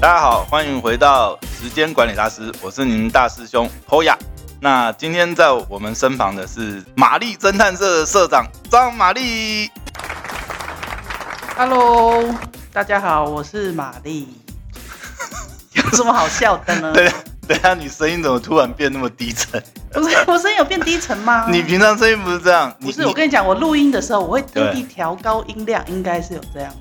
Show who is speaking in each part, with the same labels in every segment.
Speaker 1: 大家好，欢迎回到时间管理大师，我是您大师兄 Poya。那今天在我们身旁的是玛丽侦探社的社长张玛丽。
Speaker 2: Hello，大家好，我是玛 丽。有什么好笑的呢？
Speaker 1: 对，等一下你声音怎么突然变那么低沉？
Speaker 2: 不是我声音有变低沉吗？
Speaker 1: 你平常声音不是这样？
Speaker 2: 啊不
Speaker 1: 你
Speaker 2: 是我跟你讲，我录音的时候我会特地调高音量，应该是有这样子。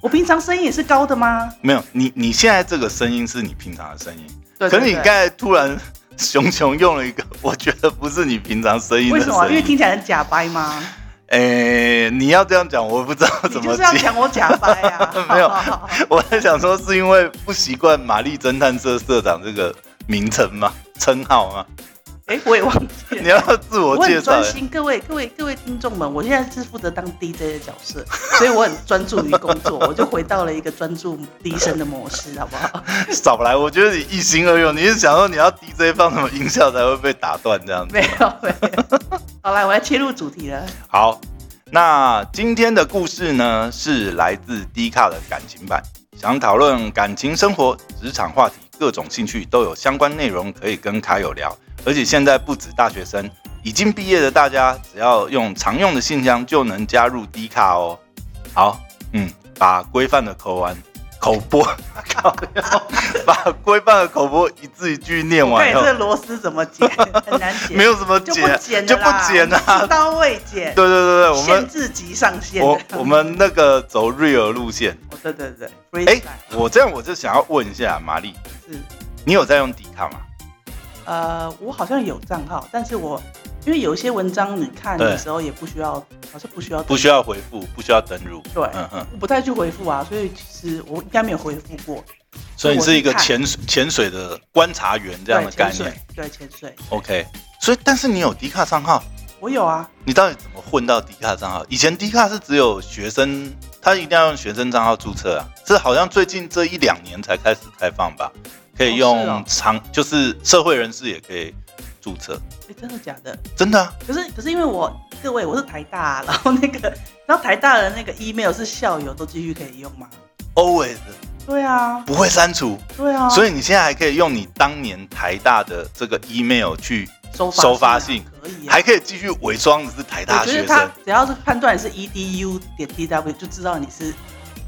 Speaker 2: 我平常声音也是高的吗？
Speaker 1: 你没有你你现在这个声音是你平常的声音，
Speaker 2: 对
Speaker 1: 可是你
Speaker 2: 对
Speaker 1: 刚才
Speaker 2: 对
Speaker 1: 突然熊熊用了一个，我觉得不是你平常声音
Speaker 2: 为
Speaker 1: 的
Speaker 2: 什么？啊
Speaker 1: 声
Speaker 2: 因为
Speaker 1: 音。
Speaker 2: 听起来很假掰吗？
Speaker 1: 哎、你要这样讲，我不知道
Speaker 2: 你
Speaker 1: 怎
Speaker 2: 就
Speaker 1: 么
Speaker 2: 是要
Speaker 1: 接。！
Speaker 2: 讲我假掰啊
Speaker 1: 没有
Speaker 2: 好好好
Speaker 1: 我在想说，是因为不习惯“玛丽侦探社”社长这个名称吗？称号吗？
Speaker 2: 哎、我也忘记
Speaker 1: 你
Speaker 2: 了。
Speaker 1: 要不要自我
Speaker 2: 我
Speaker 1: 介
Speaker 2: 很
Speaker 1: 绍
Speaker 2: 专
Speaker 1: 一下。
Speaker 2: 心，各位各位各位听众们，我现在是负责当 DJ 的角色，所以我很专注于工作， 我就回到了一个专注低声的模式，好不好？
Speaker 1: 少来，我觉得你一心二用，你是想说你要 DJ 放什么音效才会被打断这样子？
Speaker 2: 没有没有。好来，我要切入主题了。
Speaker 1: 好，那今天的故事呢，是来自低卡的感情版，想讨论感情生活、职场话题，各种兴趣都有相关内容可以跟卡友聊。而且现在不止大学生，已经毕业的大家，只要用常用的信箱就能加入低卡哦。好，嗯，把规范的口完口播，靠腰把规范的口播一字一句念
Speaker 2: 我
Speaker 1: 完
Speaker 2: 看你
Speaker 1: 以后
Speaker 2: 这，个螺丝怎么 剪，很难剪，
Speaker 1: 没有什么
Speaker 2: 就
Speaker 1: 剪
Speaker 2: 不剪
Speaker 1: 就
Speaker 2: 了
Speaker 1: 不
Speaker 2: 啦
Speaker 1: 剪啊
Speaker 2: 一。刀未剪，
Speaker 1: 对对对对，我们
Speaker 2: 限制级上限。
Speaker 1: 我 我们那个走 real 路线，
Speaker 2: 哦 对对对
Speaker 1: 哎、
Speaker 2: ，freestyle
Speaker 1: 我这样我就想要问一下玛丽，
Speaker 2: 是
Speaker 1: 你有在用迪卡吗？
Speaker 2: 呃，我好像有账号，但是我因为有一些文章你看
Speaker 1: 对
Speaker 2: 的时候也不需要，好像不需要
Speaker 1: 不需要回复，不需要登录。
Speaker 2: 对
Speaker 1: 嗯嗯，
Speaker 2: 我不太去回复啊，所以其实我应该没有回复过。
Speaker 1: 所以你
Speaker 2: 我
Speaker 1: 是一个
Speaker 2: 看
Speaker 1: 潜水潜水的观察员这样的
Speaker 2: 对
Speaker 1: 概
Speaker 2: 潜
Speaker 1: 念
Speaker 2: 水，对潜水，
Speaker 1: ，OK？所以，但是你有迪卡账号，
Speaker 2: 我有啊，
Speaker 1: 你到底怎么混到迪卡账号？以前迪卡是只有学生，他一定要用学生账号注册啊，这好像最近这一两年才开始开放吧，可以
Speaker 2: 哦是
Speaker 1: 用
Speaker 2: 哦
Speaker 1: 长，就是社会人士也可以注册，
Speaker 2: 哎，真的假的？
Speaker 1: 真的、啊？
Speaker 2: 可是可是因为我各位我是台大，啊 然后那个然后台大的那个 email 是校友都继续可以用吗？
Speaker 1: always
Speaker 2: 对啊，
Speaker 1: 不会删除，
Speaker 2: 对啊，
Speaker 1: 所
Speaker 2: 以
Speaker 1: 以你现在还可以用你当年台大的这个 email 去，
Speaker 2: 收
Speaker 1: 收发
Speaker 2: 发
Speaker 1: 信
Speaker 2: 可以啊
Speaker 1: 还。可以继续伪装你是台大
Speaker 2: 我觉
Speaker 1: 学
Speaker 2: 得他
Speaker 1: 生。
Speaker 2: 只要是判断你是 edu 点 dw，就知道你是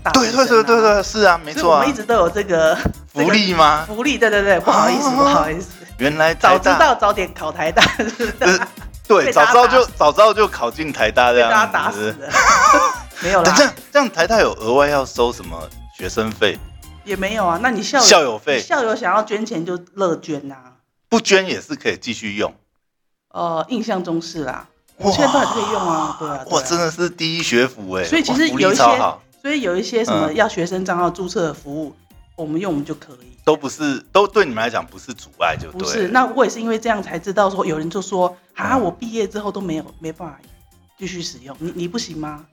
Speaker 2: 大
Speaker 1: 对
Speaker 2: 学
Speaker 1: 对
Speaker 2: 生
Speaker 1: 对对，
Speaker 2: 啊
Speaker 1: 对，是啊，没
Speaker 2: 所以
Speaker 1: 错
Speaker 2: 我
Speaker 1: 啊
Speaker 2: 们一，直都有这个
Speaker 1: 福利吗？
Speaker 2: 福利。对对对，不好意思，
Speaker 1: 哦
Speaker 2: 不好意思，
Speaker 1: 原来台
Speaker 2: 早知
Speaker 1: 大
Speaker 2: 道早点考台大，是不是
Speaker 1: 呃 对，
Speaker 2: 被
Speaker 1: 早
Speaker 2: 大家
Speaker 1: 知道就早知道就考进台大这
Speaker 2: 被大
Speaker 1: 样
Speaker 2: 家打
Speaker 1: 子
Speaker 2: 死。了。 没有
Speaker 1: 嗯等这
Speaker 2: 啦，
Speaker 1: 样这样台大有额外要收什么学生费、
Speaker 2: 也没有啊。那你校友
Speaker 1: 校友
Speaker 2: 你
Speaker 1: 费，
Speaker 2: 校友想要捐钱就乐捐啊呐、
Speaker 1: 不捐也是可以继续用。
Speaker 2: 呃，印象中是啦，
Speaker 1: 哇
Speaker 2: 我现在都还可以用啊，对啊，对
Speaker 1: 哇，
Speaker 2: 啊
Speaker 1: 真的是第一学府哎，
Speaker 2: 所以其
Speaker 1: 哇
Speaker 2: 实
Speaker 1: 福利
Speaker 2: 有一
Speaker 1: 超
Speaker 2: 些
Speaker 1: 好
Speaker 2: 所以有一些什么
Speaker 1: 嗯
Speaker 2: 要学生账号注册的服务，我们用我们就可以。
Speaker 1: 都不是都对你们来讲不是阻碍就
Speaker 2: 不
Speaker 1: 对
Speaker 2: 是，
Speaker 1: 了。
Speaker 2: 那我也是因为这样才知道说，有人就说啊，
Speaker 1: 嗯
Speaker 2: 我毕业之后都没有没办法继续使用，你你不行吗？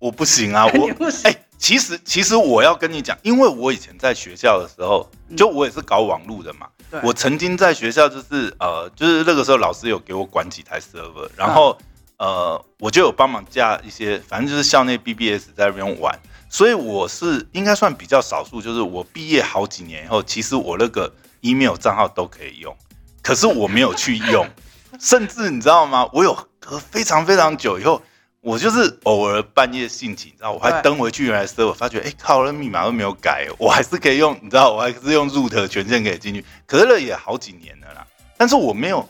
Speaker 1: 我不行啊，我
Speaker 2: 你不行
Speaker 1: 哎、，其实其实我要跟你讲，因为我以前在学校的时候，
Speaker 2: 嗯
Speaker 1: 就我也是搞网路的嘛。
Speaker 2: 对
Speaker 1: 我曾经在学校就是呃，就是那个时候老师有给我管几台
Speaker 2: 嗯
Speaker 1: server，然后、呃，我就有帮忙架一些，反正就是校内 BBS 在那边玩。所以我是应该算比较少数，就是我毕业好几年以后，其实我那个 email 账号都可以用，可是我没有去用， 甚至你知道吗？我有隔非常非常久以后，我就是偶尔半夜兴起，你知道，我还
Speaker 2: 对
Speaker 1: 登回去原来 server，发觉哎、靠，那密码都没有改， 我还是可以用，你知道，我还是用 root 权限可以进去，可是那也好几年了啦，但是我没有，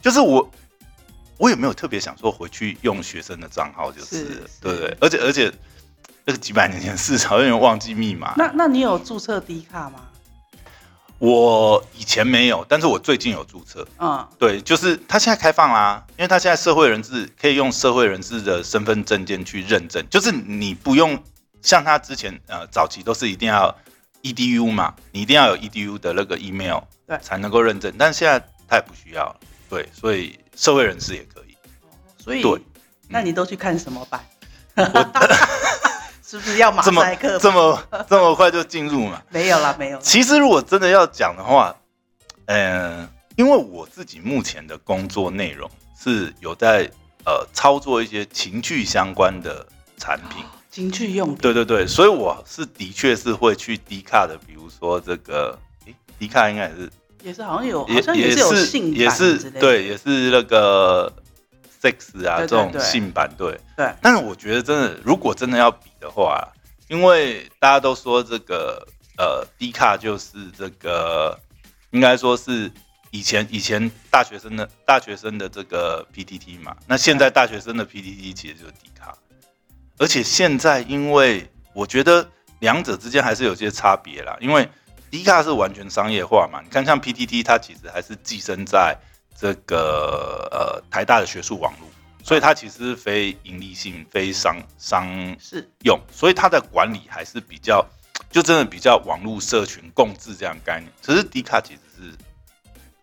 Speaker 1: 就是我。我也没有特别想说回去用学生的账号，就是
Speaker 2: 是
Speaker 1: 了对不对？而且而且这个几百年前的事，好像有点忘记密码。
Speaker 2: 那那你有注册 D 卡吗？
Speaker 1: 我以前没有，但是我最近有注册。
Speaker 2: 嗯，
Speaker 1: 对，就是他现在开放啦、因为他现在社会人士可以用社会人士的身份证件去认证，就是你不用像他之前呃早期都是一定要 EDU 嘛，你一定要有 EDU 的那个 email
Speaker 2: 对
Speaker 1: 才能够认证，但现在他也不需要了，对，所以社会人士也可以。
Speaker 2: 所以
Speaker 1: 对嗯
Speaker 2: 那你都去看什么版？ 是不是要马
Speaker 1: 这么
Speaker 2: 赛克版？
Speaker 1: 这么这么快就进入嘛？
Speaker 2: 没有啦，没有啦。
Speaker 1: 其实如果真的要讲的话，嗯、因为我自己目前的工作内容是有在呃操作一些情趣相关的产品，
Speaker 2: 情趣用品，
Speaker 1: 对对对，所以我是的确是会去低卡的，比如说这个，诶，低卡应该也是
Speaker 2: 也是好像有，哦好
Speaker 1: 也
Speaker 2: 像
Speaker 1: 也
Speaker 2: 是有性
Speaker 1: 也
Speaker 2: 感
Speaker 1: 是
Speaker 2: 之类的。
Speaker 1: 对，也是那个 sex 啊
Speaker 2: 对对
Speaker 1: 这种
Speaker 2: 对
Speaker 1: 性版对。
Speaker 2: 对
Speaker 1: 但是我觉得真的，如果真的要比的话，因为大家都说这个呃低卡就是这个，应该说是以前以前大学生的大学生的这个 PTT 嘛，那现在大学生的 PTT 其实就是低卡，而且现在因为我觉得两者之间还是有些差别啦，因为低卡是完全商业化嘛，你看像 PTT 它其实还是寄生在这个呃台大的学术网络，所以它其实非盈利性、非商商
Speaker 2: 是
Speaker 1: 用，所以它的管理还是比较，就真的比较网络社群共治这样的概念。可是迪卡其实是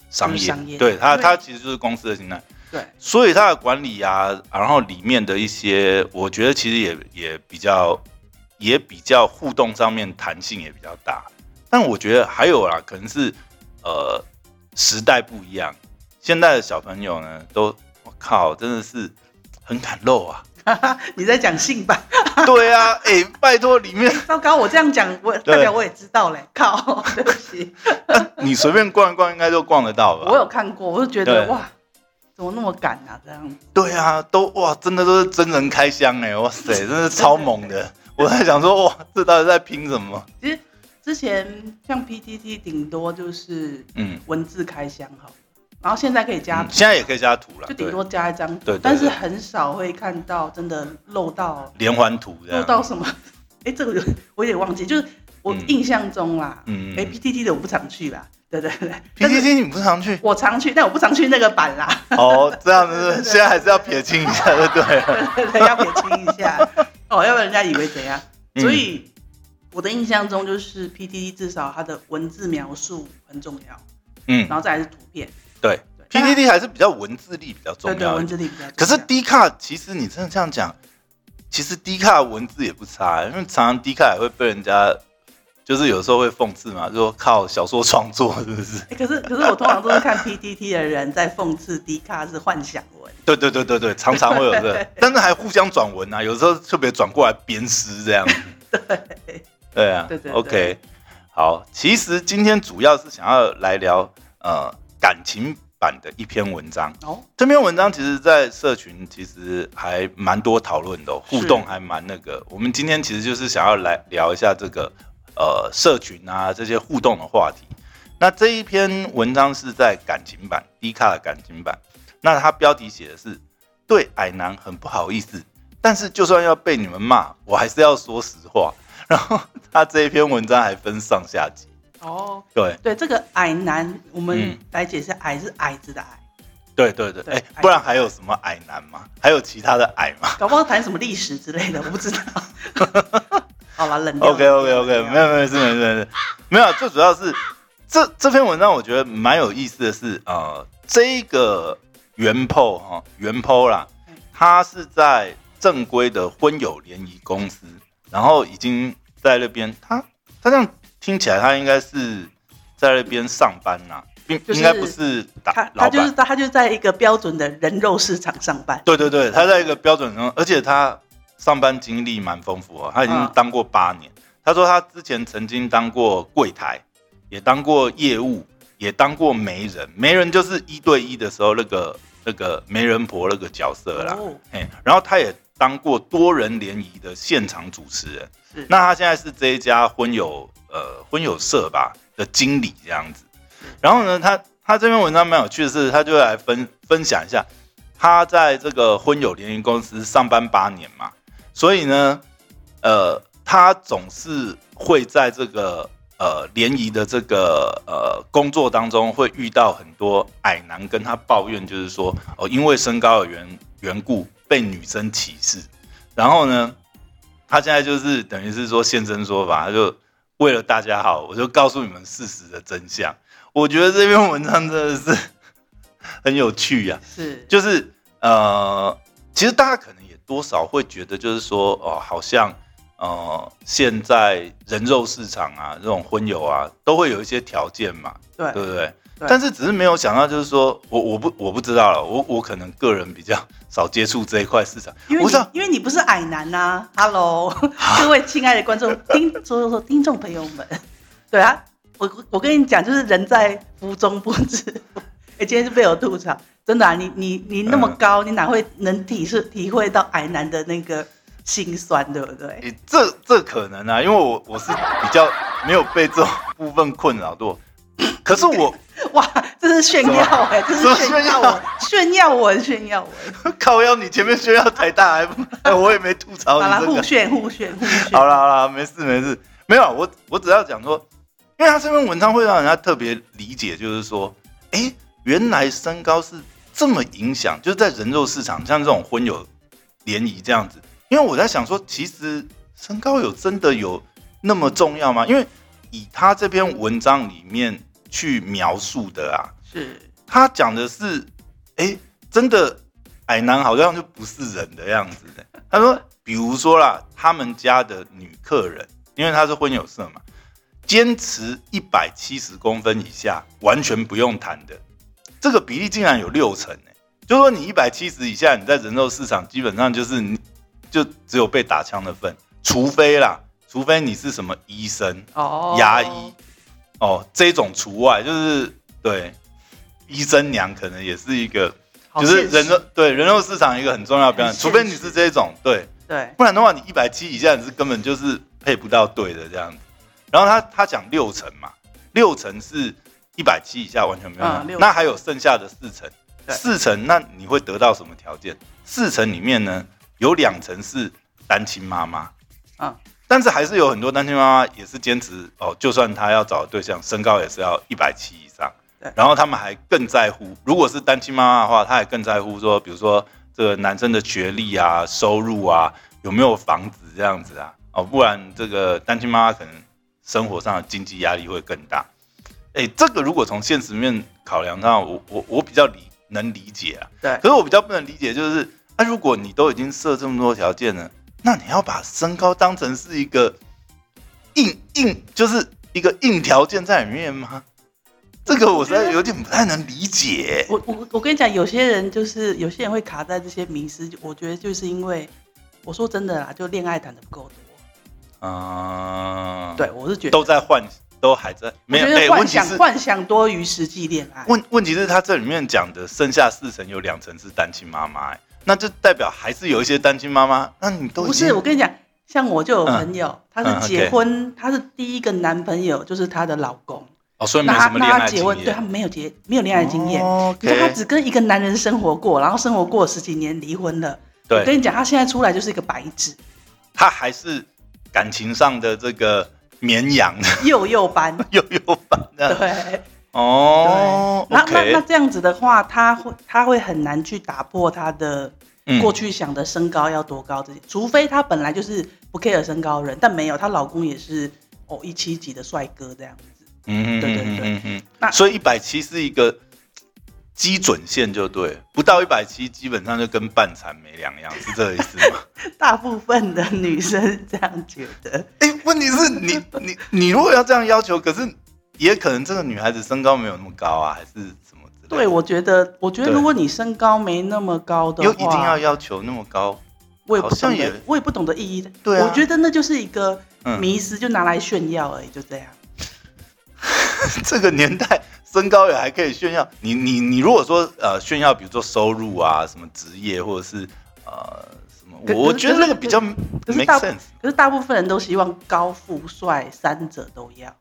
Speaker 1: 商
Speaker 2: 就
Speaker 1: 业，
Speaker 2: 是商业
Speaker 1: 对它
Speaker 2: 对
Speaker 1: 它其实就是公司的形态，
Speaker 2: 对，
Speaker 1: 所以它的管理啊，然后里面的一些，我觉得其实也也比较，也比较互动上面弹性也比较大。但我觉得还有啦，啊可能是呃时代不一样，现在的小朋友呢，都我靠，真的是很敢露 啊！
Speaker 2: 你在讲性吧？
Speaker 1: 对啊，哎、拜托里面
Speaker 2: 糟糕，我这样讲，我
Speaker 1: 对
Speaker 2: 代表我也知道嘞。 靠，对不起，
Speaker 1: 你随便逛一逛，应该就逛得到吧？
Speaker 2: 我有看过，我就觉得
Speaker 1: 对
Speaker 2: 哇，怎么那么敢啊？这样子
Speaker 1: 对啊，都哇，真的都是真人开箱哎、哇 塞，真的超猛的。我在想说，哇，这到底在拼什么？
Speaker 2: 其实之前像 PTT 顶多就是
Speaker 1: 嗯，
Speaker 2: 文字开箱好了，然后现在可以加
Speaker 1: 嗯，现在也可以加图了，
Speaker 2: 就顶
Speaker 1: 对，
Speaker 2: 多加一张图，
Speaker 1: 对对对
Speaker 2: 但是很少会看到真的漏到
Speaker 1: 连环图这
Speaker 2: 漏
Speaker 1: 样。
Speaker 2: 到什么？ 哎、这个有我有点忘记，就是我
Speaker 1: 嗯
Speaker 2: 印象中啦，
Speaker 1: 嗯
Speaker 2: 哎、p t t 的我不常去啦，对对对，但是
Speaker 1: PPT 你不常去
Speaker 2: 我常去，但我不常去那个版啦，
Speaker 1: 哦，这样子
Speaker 2: 对对对
Speaker 1: 现在还是要撇清一下，对不对？
Speaker 2: 对对对，要撇清一下哦，要不然人家以为怎样？
Speaker 1: 嗯
Speaker 2: 所以我的印象中就是 PTT 至少它的文字描述很重要，
Speaker 1: 嗯，
Speaker 2: 然后再来是图片，
Speaker 1: 对
Speaker 2: 对
Speaker 1: ，PPT 还是比较文字力比较重
Speaker 2: 对对，啊
Speaker 1: 要
Speaker 2: 文
Speaker 1: 一点。
Speaker 2: 字力比较重要。
Speaker 1: 可是 D 卡其实你真的这样讲，其实 D 卡文字也不差、因为常常 D 卡也会被人家就是有时候会讽刺嘛，就说靠小说创作是不是？
Speaker 2: 哎诶可是可是我通常都是看 PTT 的人在讽刺迪卡是幻想文。
Speaker 1: 对对对对对，常常会有这 个，但是还互相转文啊，有时候特别转过来鞭尸这样。对对啊，
Speaker 2: 对对对
Speaker 1: OK，好，其实今天主要是想要来聊呃感情版的一篇文章。
Speaker 2: 哦，
Speaker 1: 这篇文章其实，在社群其实还蛮多讨论的哦、
Speaker 2: 是
Speaker 1: 互动还蛮那个。我们今天其实就是想要来聊一下这个呃社群啊这些互动的话题。那这一篇文章是在感情版低卡的感情版，那它标题写的是“对矮男很不好意思，但是就算要被你们骂，我还是要说实话”。 然后他这一篇文章还分上下集，
Speaker 2: 哦，
Speaker 1: 对
Speaker 2: 对，这个矮男，我
Speaker 1: 嗯
Speaker 2: 们来解释矮是矮子的矮，
Speaker 1: 对对对，
Speaker 2: 对
Speaker 1: 哎、不然还有什么矮男吗？还有其他的矮吗？
Speaker 2: 搞不好谈什么历史之类的，我不 知道。好了，冷掉。
Speaker 1: OK OK OK，
Speaker 2: 冷
Speaker 1: 没
Speaker 2: 掉
Speaker 1: 有没有事没事没事，没有，最主要是这这篇文章我觉得蛮有意思的是，呃，这个原 PO 哈、原 PO 啦
Speaker 2: 嗯，
Speaker 1: 他是在正规的婚友联谊公司，然后已经在那边，他他这样听起来他应该是在那边上班呐、并、
Speaker 2: 就是
Speaker 1: 应该不是打
Speaker 2: 他
Speaker 1: 老
Speaker 2: 他
Speaker 1: 板。
Speaker 2: 就是他他就在一个标准的人肉市场上班。
Speaker 1: 对对对，他在一个标准中，而且他上班经历蛮丰富哦，他已经
Speaker 2: 嗯
Speaker 1: 当过八年。他说他之前曾经当过柜台，也当过业务，也当过媒人。媒人就是一对一的时候那个那个媒人婆那个角色啦。
Speaker 2: 哦，
Speaker 1: 哎，然后他也当过多人联谊的现场主持人。
Speaker 2: 是
Speaker 1: 那他现在是这一家婚友呃婚友社吧的经理这样子。然后呢，他他这篇文章蛮有趣的是，他就来分分享一下他在这个婚友联谊公司上班八年嘛，所以呢，呃，他总是会在这个呃联谊的这个呃工作当中，会遇到很多矮男跟他抱怨，就是说哦、因为身高的缘缘故被女生歧视，然后呢，他现在就是等于是说现身说法，他就为了大家好，我就告诉你们事实的真相。我觉得这篇文章真的是 很有趣啊呀、
Speaker 2: 是
Speaker 1: 就是呃，其实大家可能也多少会觉得，就是说哦、好像呃，现在人肉市场啊，这种婚友啊，都会有一些条件嘛，
Speaker 2: 对
Speaker 1: 对不对？
Speaker 2: 对
Speaker 1: 但是只是没有想到，就是说我我不我不知道了，我我可能个人比较少接触这一块市场，
Speaker 2: 因为
Speaker 1: 我
Speaker 2: 你
Speaker 1: 知道
Speaker 2: 因为你不是矮男呐、哈 h e l l o 各位亲爱的观众、听所有说听众朋友们，对啊，我我跟你讲，就是人在福中不知 福。哎、今天是被我吐槽，真的啊，你你你那
Speaker 1: 嗯
Speaker 2: 么高，你哪会能体是体会到矮男的那个心酸，对不对？
Speaker 1: 诶、这这可能啊，因为我我是比较没有被这种部分困扰过。可是我
Speaker 2: 哇，这是炫耀哎、这
Speaker 1: 什么
Speaker 2: 是炫耀我，炫耀我，炫耀我。
Speaker 1: 靠腰，你前面炫耀台大还 不，哎我也没吐槽
Speaker 2: 好啦，
Speaker 1: 你这
Speaker 2: 互
Speaker 1: 个。
Speaker 2: 炫互炫互炫。
Speaker 1: 好啦好啦，没事没事，没有啊我我只要讲说，因为他这篇文章会让人家特别理解，就是说，哎、原来身高是这么影响，就是在人肉市场像这种婚友联谊这样子。因为我在想说，其实身高有真的有那么重要吗？因为以他这篇文章里面去描述的啊，
Speaker 2: 是
Speaker 1: 他讲的是，哎、真的矮男好像就不是人的样子的。他说，比如说啦，他们家的女客人，因为她是婚友社嘛，坚持一百七十公分以下完全不用谈的，这个比例竟然有六成哎、就说你一百七十以下，你在人肉市场基本上就是你就只有被打枪的份，除非啦，除非你是什么医生，
Speaker 2: 哦，
Speaker 1: 牙医哦，这种除外，就是对医生娘可能也是一个，
Speaker 2: 好
Speaker 1: 就是
Speaker 2: 现实
Speaker 1: 人肉对人肉市场一个很重要的标准，
Speaker 2: 很
Speaker 1: 除
Speaker 2: 现
Speaker 1: 非你是这种对，
Speaker 2: 对
Speaker 1: 不然的话你一百七以下你是根本就是配不到对的这样子。然后他他讲六成嘛，六成是一百七以下完全没有
Speaker 2: 嗯
Speaker 1: 拿，
Speaker 2: 六
Speaker 1: 那还有剩下的四成，
Speaker 2: 对
Speaker 1: 四成那你会得到什么条件？四成里面呢有两成是单亲妈妈，
Speaker 2: 嗯
Speaker 1: 但是还是有很多单亲妈妈也是坚持哦，就算她要找的对象身高也是要一百七以上
Speaker 2: 对，
Speaker 1: 然后他们还更在乎，如果是单亲妈妈的话，她还更在乎说，比如说这个男生的学历啊、收入啊、有没有房子这样子啊，哦，不然这个单亲妈妈可能生活上的经济压力会更大。哎、这个如果从现实面考量上，我我我比较理能理解啊，
Speaker 2: 对
Speaker 1: 可是我比较不能理解就是，那、如果你都已经设这么多条件了，那你要把身高当成是一个硬硬，就是一个硬条件在里面吗？这个我实在有点不太能理解。
Speaker 2: 我我我跟你讲，有些人就是有些人会卡在这些迷失，我觉得就是因为我说真的啦，就恋爱谈的不够多。
Speaker 1: 啊、，
Speaker 2: 对，我是觉得
Speaker 1: 都在幻，都还在没有。
Speaker 2: 我觉
Speaker 1: 哎、
Speaker 2: 得
Speaker 1: 问
Speaker 2: 幻
Speaker 1: 题
Speaker 2: 想、
Speaker 1: 是，
Speaker 2: 幻想多于实际恋爱。
Speaker 1: 问问题是他这里面讲的剩下四成有两成是单亲妈妈、哎，那就代表还是有一些单亲妈妈。那你都已
Speaker 2: 不
Speaker 1: 经
Speaker 2: 是，我跟你讲，像我就有
Speaker 1: 嗯
Speaker 2: 朋友，
Speaker 1: 嗯
Speaker 2: 他
Speaker 1: ，OK
Speaker 2: 是结婚，他是第一个男朋友就是她的老公，
Speaker 1: 哦，所以没
Speaker 2: 那
Speaker 1: 有
Speaker 2: 他
Speaker 1: 什么
Speaker 2: 那
Speaker 1: 恋
Speaker 2: 他
Speaker 1: 爱
Speaker 2: 结
Speaker 1: 经
Speaker 2: 婚，
Speaker 1: 验，
Speaker 2: 对他没有结没有恋爱经验，
Speaker 1: 哦
Speaker 2: 你知道他
Speaker 1: OK，
Speaker 2: 只跟一个男人生活过，然后生活过十几年，离婚了。
Speaker 1: 对
Speaker 2: 我跟你讲，他现在出来就是一个白纸，
Speaker 1: 他还是感情上的这个绵羊
Speaker 2: 幼幼班，
Speaker 1: 幼幼版的
Speaker 2: 对。
Speaker 1: 呃哦。
Speaker 2: 那那
Speaker 1: OK
Speaker 2: 那这样子的话，他会他会很难去打破他的
Speaker 1: 嗯
Speaker 2: 过去想的身高要多高这些，除非他本来就是不 care 身高人，但没有，她老公也是哦一七几的帅哥这样子。
Speaker 1: 嗯嗯
Speaker 2: 对
Speaker 1: 嗯
Speaker 2: 对对
Speaker 1: 嗯嗯
Speaker 2: 那
Speaker 1: 嗯，所以一百七是一个基准线就对了，不到一百七基本上就跟半残没两样，是这个意思吗？
Speaker 2: 大部分的女生这样觉得，
Speaker 1: 哎、问题是你你你如果要这样要求，可是也可能这个女孩子身高没有那么高啊，还是什么之类的。
Speaker 2: 对我觉得，我觉得
Speaker 1: 对
Speaker 2: 如果你身高没那么高的
Speaker 1: 又
Speaker 2: 话，
Speaker 1: 一定要要求那么高，
Speaker 2: 我也不
Speaker 1: 好像
Speaker 2: 懂得
Speaker 1: 也，
Speaker 2: 我也不懂得意义的。
Speaker 1: 对啊
Speaker 2: 我觉得那就是一个
Speaker 1: 嗯
Speaker 2: 迷失，就拿来炫耀而已，就这样。
Speaker 1: 这个年代身高也还可以炫耀。你你你如果说呃炫耀，比如说收入啊，什么职业，或者是呃什么，
Speaker 2: 可
Speaker 1: 我我
Speaker 2: 可是
Speaker 1: 觉得那个比较
Speaker 2: 可是
Speaker 1: make
Speaker 2: 大
Speaker 1: sense。
Speaker 2: 可是大部分人都希望高富帅三者都要。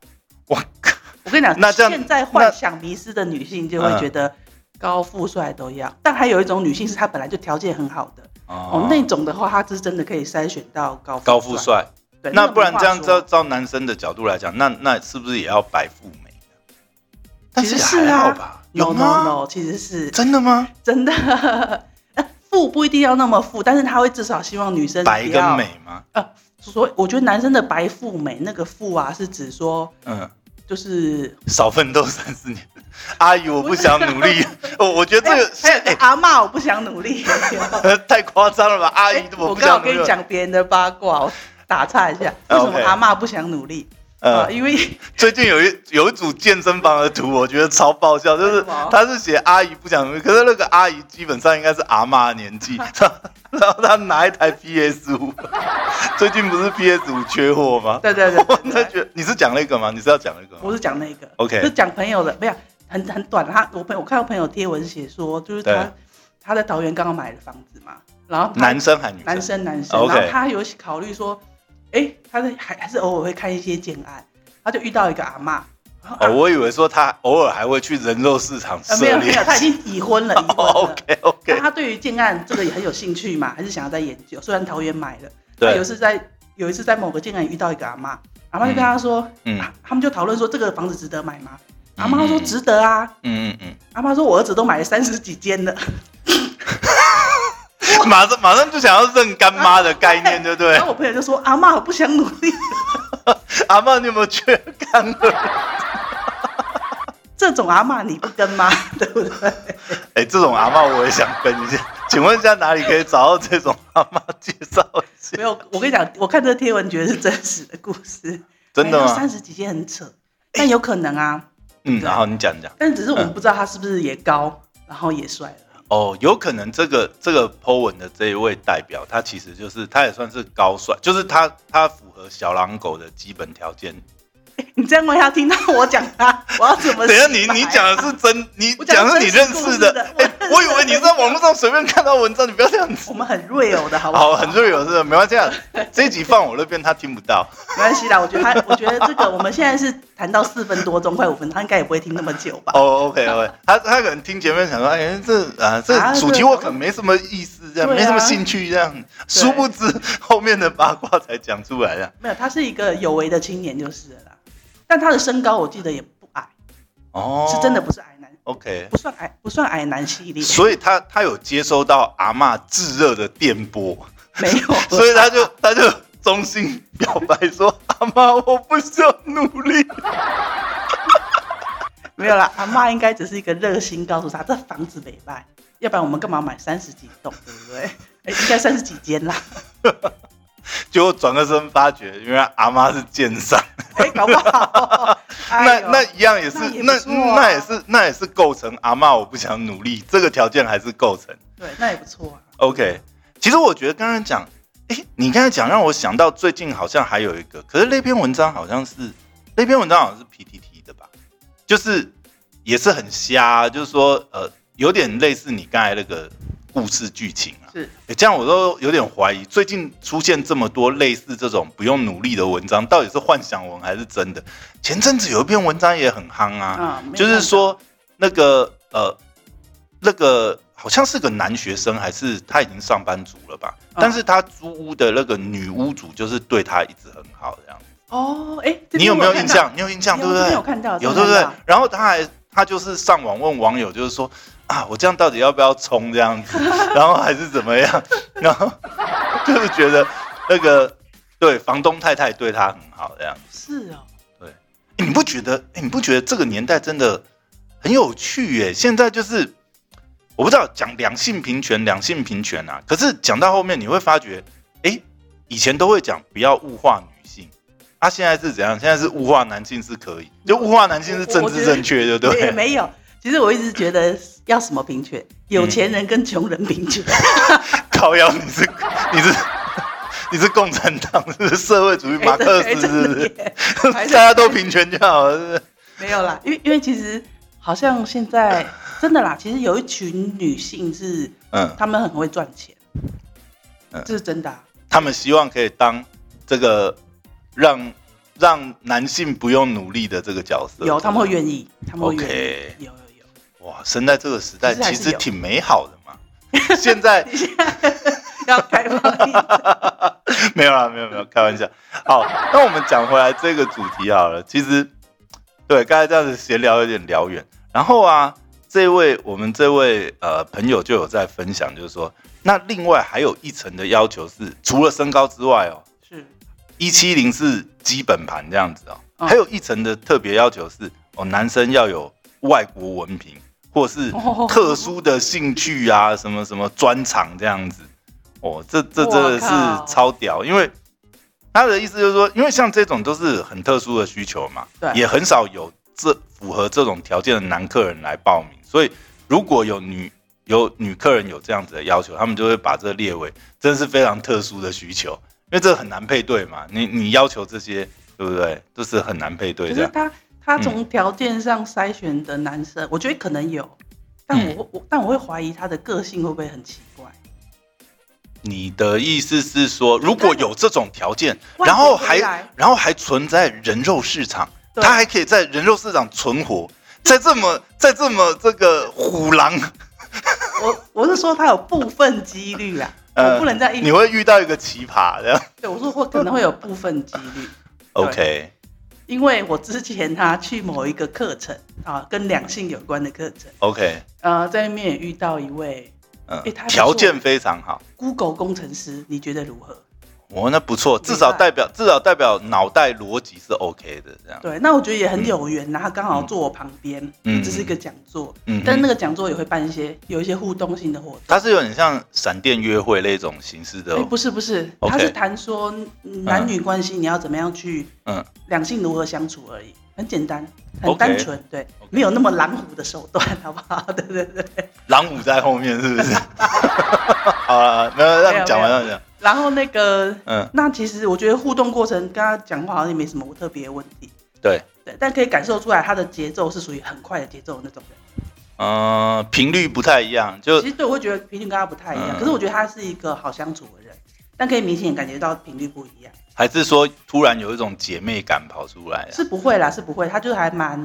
Speaker 1: 我靠，
Speaker 2: 我跟你讲，
Speaker 1: 那这样嗯
Speaker 2: 现在幻想迷失的女性就会觉得高富帅都要，但还有一种女性是她本来就条件很好的哦，那种的话，她是真的可以筛选到高
Speaker 1: 哦高富，帅，
Speaker 2: 对，
Speaker 1: 那
Speaker 2: 个
Speaker 1: 不然
Speaker 2: 没话
Speaker 1: 这样照
Speaker 2: 说
Speaker 1: 照男生的角度来讲，那那是不是也要白富美？但
Speaker 2: 其实是
Speaker 1: 还
Speaker 2: 啊
Speaker 1: 好吧？有
Speaker 2: ，no no
Speaker 1: 吗？
Speaker 2: no，其实是
Speaker 1: 真的吗？
Speaker 2: 真的。 哎富不一定要那么富，但是她会至少希望女生
Speaker 1: 白
Speaker 2: 不
Speaker 1: 跟
Speaker 2: 要。
Speaker 1: 美吗？
Speaker 2: 所以我觉得男生的白富美那个富啊，是指说
Speaker 1: 嗯，
Speaker 2: 就是
Speaker 1: 少奋斗三四年。 阿姨，我不想努 力。我我觉得这个
Speaker 2: 还有
Speaker 1: 现
Speaker 2: 还有
Speaker 1: 在
Speaker 2: 个哎阿嬷我不想努力。
Speaker 1: 哎 太夸张了吧？阿姨
Speaker 2: 哎，
Speaker 1: 我
Speaker 2: 我
Speaker 1: 不
Speaker 2: 刚
Speaker 1: 想
Speaker 2: 好
Speaker 1: 努
Speaker 2: 跟
Speaker 1: 力
Speaker 2: 你。讲别人的八卦，我打岔一下，为
Speaker 1: 啊
Speaker 2: 什么
Speaker 1: OK
Speaker 2: 阿嬷不想努力？啊，
Speaker 1: 呃，
Speaker 2: 因为
Speaker 1: 最近有一有一组健身房的图，我觉得超爆笑，就是
Speaker 2: 为什么
Speaker 1: 他是写阿姨不想，可是那个阿姨基本上应该是阿妈的年 纪，然后他拿一台 PS 五， 最近不是 PS 五缺货吗？
Speaker 2: 对对对
Speaker 1: 我
Speaker 2: 对
Speaker 1: 在
Speaker 2: 对
Speaker 1: 觉得你是讲那个吗？你是要讲那个吗？
Speaker 2: 我是讲那个
Speaker 1: OK
Speaker 2: 就讲朋友的，不要很很短。他我朋友我看到朋友贴文写说，就是
Speaker 1: 对
Speaker 2: 他他在桃园刚刚买了房子嘛，然后他
Speaker 1: 男生还是女
Speaker 2: 男
Speaker 1: 生？
Speaker 2: 生男生，
Speaker 1: OK
Speaker 2: 然后他有考虑说，哎，他的还还是偶尔会看一些建案，他就遇到一个阿嬷，然后啊
Speaker 1: 哦，我以为说他偶尔还会去人肉市场
Speaker 2: 呃没
Speaker 1: 涉
Speaker 2: 有没
Speaker 1: 猎
Speaker 2: 有，。他已经已婚了，已婚
Speaker 1: 哦
Speaker 2: 了。
Speaker 1: OK
Speaker 2: 那
Speaker 1: OK，
Speaker 2: 他对于建案这个也很有兴趣嘛，还是想要再研究。虽然桃园买了，他有
Speaker 1: 对
Speaker 2: 一，次在有一次在某个建案遇到一个阿嬷，阿嬷就跟他说，
Speaker 1: 嗯
Speaker 2: 啊他们就讨论说这个房子值得买吗？
Speaker 1: 嗯
Speaker 2: 阿妈说值得啊，
Speaker 1: 嗯嗯
Speaker 2: 阿妈说我儿子都买了三十几间了，
Speaker 1: 嗯，马上马上就想要认干妈的概念，对不对
Speaker 2: 然？后我朋友就说阿妈我不想努力，
Speaker 1: 阿妈，你有没有缺干儿？
Speaker 2: 这种阿妈你不跟吗？ 对不对？
Speaker 1: 哎、这种阿妈我也想跟一下，请问一下哪里可以找到这种阿妈介绍一下？
Speaker 2: 没有，我跟你讲，我看这个贴文觉得是真实的故事，哎
Speaker 1: 真的吗？
Speaker 2: 三十几间很扯，但有可能啊，
Speaker 1: 嗯，然后你讲讲
Speaker 2: 但只是我们不知道他是不是也高，然后也帅了。
Speaker 1: 哦，有可能这个这个 Po 文的这一位代表，他其实就是他也算是高帅，就是他他符合小狼狗的基本条件。
Speaker 2: 你这样问他听到我讲 他，我要怎么
Speaker 1: 等
Speaker 2: 洗
Speaker 1: 一
Speaker 2: 白
Speaker 1: 下
Speaker 2: 啊？
Speaker 1: 你你讲的是真，你
Speaker 2: 我讲
Speaker 1: 的
Speaker 2: 的
Speaker 1: 是你认识的
Speaker 2: 真实，故
Speaker 1: 哎、
Speaker 2: 事的
Speaker 1: 我以为你在网络上随便看到文章，你不要这样子
Speaker 2: 我。们很 real 的好不
Speaker 1: 好，
Speaker 2: 好？
Speaker 1: 很热有是没关系啊，这一集放我那边他听不到。
Speaker 2: 没关系啦，我觉得他，我觉得这个我们现在是谈到四分多钟，快五分，他应该也不会听那么久吧？
Speaker 1: 哦，OK OK，他他可能听前面想说，哎，这啊
Speaker 2: 啊
Speaker 1: 这
Speaker 2: 这
Speaker 1: 主题我可能没什么意思，这样、
Speaker 2: 对啊
Speaker 1: 没什么兴趣，这样，殊不知后面的八卦才讲出来的。
Speaker 2: 没有，他是一个有为的青年就是了啦。但他的身高我记得也不矮，
Speaker 1: 哦，
Speaker 2: 是真的不是矮男，
Speaker 1: OK，
Speaker 2: 不算矮，不算矮男系列，
Speaker 1: 所以他他有接收到阿嬷炙热的电波，
Speaker 2: 没有。
Speaker 1: 所以他就他就衷心表白说，阿嬷，我不需要努力。
Speaker 2: 没有啦，阿妈应该只是一个热心告诉他，这房子没卖，要不然我们干嘛买三十几栋，对不对？哎，应该三十几间啦，
Speaker 1: 结果转个身发觉，原来阿妈是奸商。
Speaker 2: 哎，搞不好。哎
Speaker 1: 那
Speaker 2: 呦
Speaker 1: 那一样也是
Speaker 2: 那也，不
Speaker 1: 那
Speaker 2: 错啊
Speaker 1: 那也是那也是构成阿嬷我不想努力这个条件还是构成。
Speaker 2: 对，那也不错啊。
Speaker 1: OK，其实我觉得刚才讲，哎、你刚才讲让我想到最近好像还有一个，可是那篇文章好像是那篇文章好像是 PTT 的吧，就是也是很瞎，就是说呃，有点类似你刚才那个故事剧情啊。
Speaker 2: 是
Speaker 1: 诶这样我都有点怀疑，最近出现这么多类似这种不用努力的文章，到底是幻想文还是真的？前阵子有一篇文章也很夯啊，
Speaker 2: 啊，没有
Speaker 1: 就是
Speaker 2: 办法
Speaker 1: 说那个呃，那个好像是个男学生，还是他已经上班族了吧？
Speaker 2: 嗯
Speaker 1: 但是他租屋的那个女屋主就是对他一直很好，这样。
Speaker 2: 哦，哎，这边
Speaker 1: 你有没有
Speaker 2: 我看
Speaker 1: 印
Speaker 2: 到？
Speaker 1: 象？你有印象对不
Speaker 2: 有这边有
Speaker 1: 对？
Speaker 2: 看到，
Speaker 1: 有对
Speaker 2: 这边
Speaker 1: 不
Speaker 2: 有
Speaker 1: 对
Speaker 2: 看到？
Speaker 1: 然后他还他就是上网问网友，就是说啊，我这样到底要不要冲这样 子？然后还是怎么样？ 然后就是觉得那个对房东太太对他很好这样。
Speaker 2: 是哦，
Speaker 1: 欸你不觉得？欸你不觉得这个年代真的很有趣耶？现在就是我不知道讲两性平权，两性平权啊，可是讲到后面你会发觉，哎、以前都会讲不要物化女性，啊，现在是怎样？现在是物化男性是可以，就物化男性是政
Speaker 2: 我我
Speaker 1: 治
Speaker 2: 觉得
Speaker 1: 正确，对不嗯
Speaker 2: 也
Speaker 1: 对？
Speaker 2: 没有。其实我一直觉得要什么平权，有钱人跟穷人平权，
Speaker 1: 靠腰，你是你是。你是共产党，是不是社会主义 马克思，
Speaker 2: 哎
Speaker 1: 是
Speaker 2: 真的
Speaker 1: 不是？
Speaker 2: 耶
Speaker 1: 大家都平权就好了，是不是？
Speaker 2: 没有啦，因为因为其实好像现在真的啦，其实有一群女性是
Speaker 1: 嗯，
Speaker 2: 她们很会赚钱
Speaker 1: 嗯，
Speaker 2: 这是真的、啊。
Speaker 1: 他们希望可以当这个让让男性不用努力的这个角色。
Speaker 2: 有，他们会愿意，他们会愿意。
Speaker 1: OK，
Speaker 2: 有有有，
Speaker 1: 哇，生在这个时代
Speaker 2: 其实还
Speaker 1: 其
Speaker 2: 是
Speaker 1: 实
Speaker 2: 有
Speaker 1: 挺美好的 嘛。现在
Speaker 2: 你现在要开放 一点
Speaker 1: 没有啦，没有没有，开玩笑。好，那我们讲回来这个主题好了。其实，对，刚才这样子闲聊有点聊远。然后啊，这位我们这位呃朋友就有在分享，就是说，那另外还有一层的要求是，除了身高之外哦，
Speaker 2: 是
Speaker 1: 一七零是基本盘这样子哦，
Speaker 2: 嗯
Speaker 1: 还有一层的特别要求是哦，男生要有外国文凭或是
Speaker 2: 哦
Speaker 1: 特殊的兴趣 啊，什么什么专长这样子。哦，这这
Speaker 2: 哇
Speaker 1: 真的是
Speaker 2: 靠
Speaker 1: 超屌，因为他的意思就是说，因为像这种都是很特殊的需求嘛，
Speaker 2: 对
Speaker 1: 也很少有这符合这种条件的男客人来报名，所以如果有女有女客人有这样子的要求，他们就会把这列为真是非常特殊的需求，因为这很难配对嘛，你你要求这些，对不对？就是很难配对
Speaker 2: 可
Speaker 1: 这样，
Speaker 2: 是
Speaker 1: 嗯
Speaker 2: 他他从条件上筛选的男生，我觉得可能有，但我
Speaker 1: 嗯
Speaker 2: 会我但我会怀疑他的个性会不会很奇怪。
Speaker 1: 你的意思是说，如果有这种条件，
Speaker 2: 万
Speaker 1: 然后
Speaker 2: 国回
Speaker 1: 还
Speaker 2: 来
Speaker 1: 然后还存在人肉市场，
Speaker 2: 对
Speaker 1: 他还可以在人肉市场存活，在这么在这么这个虎狼，
Speaker 2: 我我是说他有部分几率啊，
Speaker 1: 呃
Speaker 2: 我不能再
Speaker 1: 你
Speaker 2: 一
Speaker 1: 会遇到一个奇葩的。
Speaker 2: 对我说我可能会有部分几率。
Speaker 1: OK，
Speaker 2: 因为我之前他去某一个课程啊，跟两性有关的课程，
Speaker 1: OK，
Speaker 2: 呃，在那边也遇到一位
Speaker 1: 嗯
Speaker 2: 诶他，还不错
Speaker 1: 条件非常好，
Speaker 2: Google 工程师，你觉得如何？
Speaker 1: 哦，那不错，
Speaker 2: 厉害
Speaker 1: 至少代表至少代表脑袋逻辑是 OK 的这样。
Speaker 2: 对，那我觉得也很有缘呐、他刚好坐我旁边，
Speaker 1: 嗯
Speaker 2: 这是一个讲座，
Speaker 1: 嗯哼
Speaker 2: 但是那个讲座也会办一些有一些互动性的活动。
Speaker 1: 它是有点像闪电约会那种形式的
Speaker 2: 诶
Speaker 1: 哦，
Speaker 2: 哎不是不是，
Speaker 1: OK
Speaker 2: 他是谈说嗯男女关系你要怎么样去
Speaker 1: 嗯，
Speaker 2: 两性如何相处而已，很简单，很
Speaker 1: OK
Speaker 2: 单纯对，没有那么狼虎的手段，好不好？对对对。
Speaker 1: 狼虎在后面是不 是？好了，那让你讲完，
Speaker 2: 没
Speaker 1: 让
Speaker 2: 有
Speaker 1: 你讲，
Speaker 2: 然后那个
Speaker 1: 嗯，
Speaker 2: 那其实我觉得互动过程跟他讲话好像也没什么特别问题，
Speaker 1: 对，
Speaker 2: 对，但可以感受出来他的节奏是属于很快的节奏的那种人。
Speaker 1: 嗯，频率不太一样，就
Speaker 2: 其实对我会觉得频率跟他不太一样，
Speaker 1: 呃嗯
Speaker 2: 可是我觉得他是一个好相处的人，但可以明显感觉到频率不一样。
Speaker 1: 还是说突然有一种姐妹感跑出来啊，
Speaker 2: 是不会啦，是不会，他就是还蛮，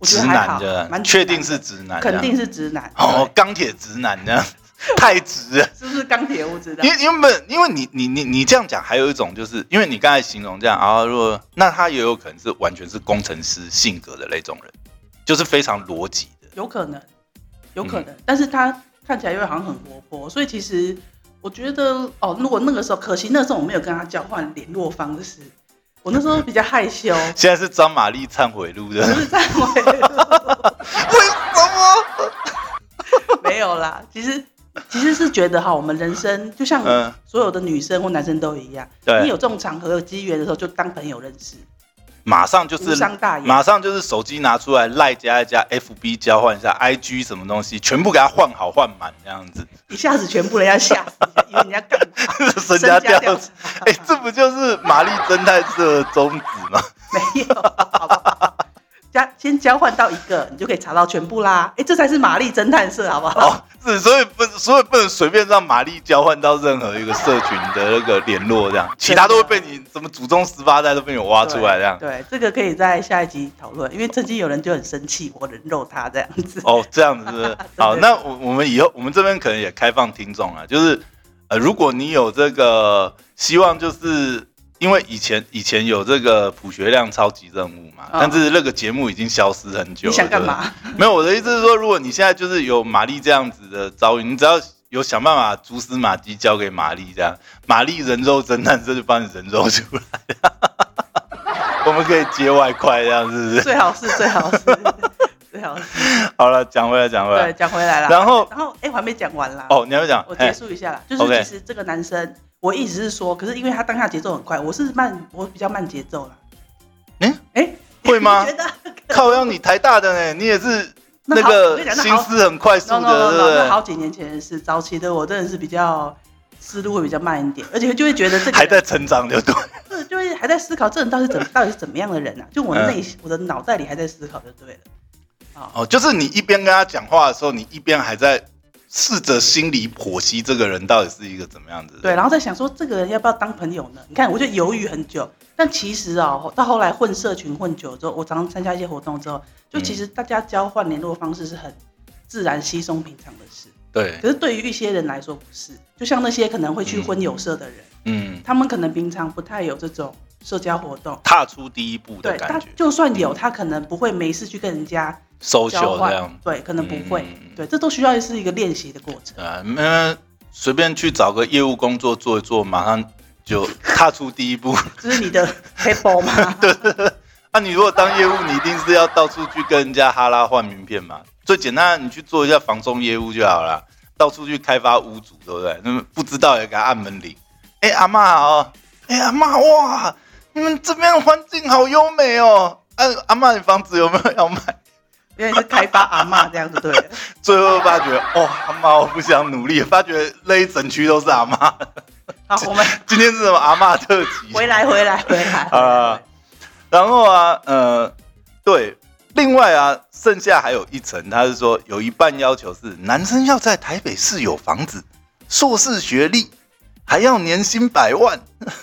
Speaker 2: 我觉
Speaker 1: 直
Speaker 2: 得还
Speaker 1: 男，
Speaker 2: 好
Speaker 1: 的，
Speaker 2: 蛮直
Speaker 1: 确
Speaker 2: 男的
Speaker 1: 定是直男啊这样，
Speaker 2: 肯定是直男。
Speaker 1: 哦
Speaker 2: 哦，，
Speaker 1: 钢铁直男 这样，太直了。
Speaker 2: 是不是钢铁？我知道
Speaker 1: 因。为因为因为你你你你这样讲，还有一种就是因为你刚才形容这样啊，如果那他也有可能是完全是工程师性格的那种人，就是非常逻辑的。
Speaker 2: 有可能，有可
Speaker 1: 嗯
Speaker 2: 能，但是他看起来又好像很活泼，所以其实我觉得哦，如果那个时候，可惜那时候我没有跟他交换联络方式，我那时候比较害羞，
Speaker 1: 现在是张玛丽忏悔录的，
Speaker 2: 不
Speaker 1: 为
Speaker 2: 是在我
Speaker 1: 什么？
Speaker 2: 没有啦，其实其实是觉得哈，我们人生就像
Speaker 1: 嗯
Speaker 2: 所有的女生或男生都一样，
Speaker 1: 对
Speaker 2: 你有这种场合有机缘的时候，就当朋友认识，
Speaker 1: 马上就
Speaker 2: 无
Speaker 1: 是
Speaker 2: 伤大雅。
Speaker 1: 马上就是手机拿出来赖加一加，FB 交换一下，IG 什么东西全部给他换好换满这样子，？
Speaker 2: 一下子全部人家吓死，以为人家干嘛
Speaker 1: 身家调
Speaker 2: 调查
Speaker 1: 查。哎、这不就是玛丽侦探社的宗旨 吗？
Speaker 2: 没有，好不好？加先交换到一个，你就可以查到全部啦。哎、这才是玛丽侦探社，好不好？
Speaker 1: 哦，是，所以不，所以不能随便让玛丽交换到任何一个社群的那个联络，这样，其他都会被你什么祖宗十八代都被你挖出来这样。
Speaker 2: 对，这个可以在下一集讨论，因为曾经有人就很生气，我人肉他这样 子。
Speaker 1: 哦，这样子是不是好，
Speaker 2: 对
Speaker 1: 那我我们以后我们这边可能也开放听众啊，就是呃，如果你有这个希望，就是因为以前以前有这个普学亮超级任务嘛，
Speaker 2: 嗯
Speaker 1: 但是那个节目已经消失很久
Speaker 2: 你
Speaker 1: 了。
Speaker 2: 想干
Speaker 1: 对不对
Speaker 2: 嘛？
Speaker 1: 没有，我的意思是说，如果你现在就是有玛丽这样子的遭遇，你只要有想办法蛛丝马迹交给玛丽，这样玛丽人肉侦探这就帮你人肉出来。 我们可以接外快，这样是不是？
Speaker 2: 最好是最好是最好是。
Speaker 1: 好了，讲回来，讲回
Speaker 2: 对，
Speaker 1: 来。
Speaker 2: 讲回来了。
Speaker 1: 然后
Speaker 2: 然后哎、诶我还没讲完啦。
Speaker 1: 哦，你要不要讲？
Speaker 2: 我
Speaker 1: 嘿
Speaker 2: 结束一下啦，就是
Speaker 1: OK
Speaker 2: 其实这个男生，我一直是说，可是因为他当下节奏很快，我是慢，我比较慢节奏啦。
Speaker 1: 嗯
Speaker 2: 哎、
Speaker 1: 会 吗
Speaker 2: 你觉得
Speaker 1: 靠，要你台大的呢，你也是
Speaker 2: 那好我
Speaker 1: 个
Speaker 2: 跟你讲那
Speaker 1: 心
Speaker 2: 好
Speaker 1: 思很快速
Speaker 2: no no
Speaker 1: 的，
Speaker 2: no
Speaker 1: 对
Speaker 2: no，那
Speaker 1: 不
Speaker 2: 好几年前的事，早期的我真的是比较思路会比较慢一点，而且就会觉得这
Speaker 1: 对？
Speaker 2: 个
Speaker 1: 还在
Speaker 2: 人
Speaker 1: 成长就对。
Speaker 2: 是就会还在思考这人到底是怎到底是怎么样的人啊？就我的
Speaker 1: 嗯
Speaker 2: 内心、我的脑袋里还在思考就对了。啊、
Speaker 1: 哦，就是你一边跟他讲话的时候，你一边还在试着心里剖析这个人到底是一个怎么样子的人。
Speaker 2: 对，然后在想说这个人要不要当朋友呢？你看，我就犹豫很久。但其实哦，到后来混社群混久了之后，我常常参加一些活动之后，
Speaker 1: 嗯
Speaker 2: 就其实大家交换联络方式是很自然、稀松平常的事。
Speaker 1: 对，
Speaker 2: 可是对于一些人来说不是，就像那些可能会去
Speaker 1: 嗯
Speaker 2: 婚友社的人，
Speaker 1: 嗯，
Speaker 2: 他们可能平常不太有这种社交活动。
Speaker 1: 踏出第一步的
Speaker 2: 对他
Speaker 1: 感觉，
Speaker 2: 就算有，他可能不会没事去跟人家
Speaker 1: 收
Speaker 2: 交
Speaker 1: 球这
Speaker 2: 换
Speaker 1: 样，，
Speaker 2: 对，可能不会
Speaker 1: 嗯嗯嗯，
Speaker 2: 对，这都需要是一个练习的过程。
Speaker 1: 呃，那随便去找个业务工作做一做，马上就踏出第一步。
Speaker 2: 这是你 的 table 吗？
Speaker 1: 那、啊你如果当业务，你一定是要到处去跟人家哈拉换名片嘛。最简单的，你去做一下房仲业务就好了，到处去开发屋主，对不对？那么不知道也给他按门铃。哎、阿妈好，哎、阿妈哇，你们这边环境好优美哦。啊，阿妈，你房子有没有要买？
Speaker 2: 原来是开发阿嬷这样子，对了，
Speaker 1: 最后发觉，哦，阿妈，我不想努力，发觉那一整区都是阿妈。
Speaker 2: 好， 我们
Speaker 1: 今天是什么阿妈特辑？
Speaker 2: 回来，回来，回来。
Speaker 1: 啊，然后啊，呃，对，另外啊，剩下还有一层，他是说有一半要求是男生要在台北市有房子、硕士学历，还要年薪百万。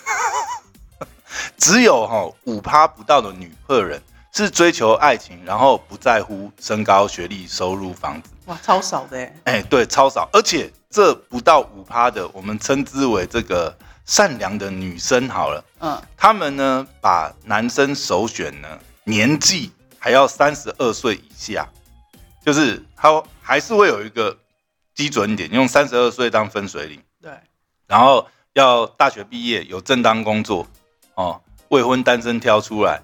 Speaker 1: 只有哈五趴不到的女客人是追求爱情，然后不在乎身高、学历、收入、房子。
Speaker 2: 哇，超少的耶，
Speaker 1: 哎，对，超少，而且这不到五趴的，我们称之为这个善良的女生好了。
Speaker 2: 嗯，
Speaker 1: 他们呢，把男生首选呢，年纪还要三十二岁以下，就是他还是会有一个基准点，用三十二岁当分水岭，
Speaker 2: 对，
Speaker 1: 然后要大学毕业，有正当工作，哦，未婚单身挑出来，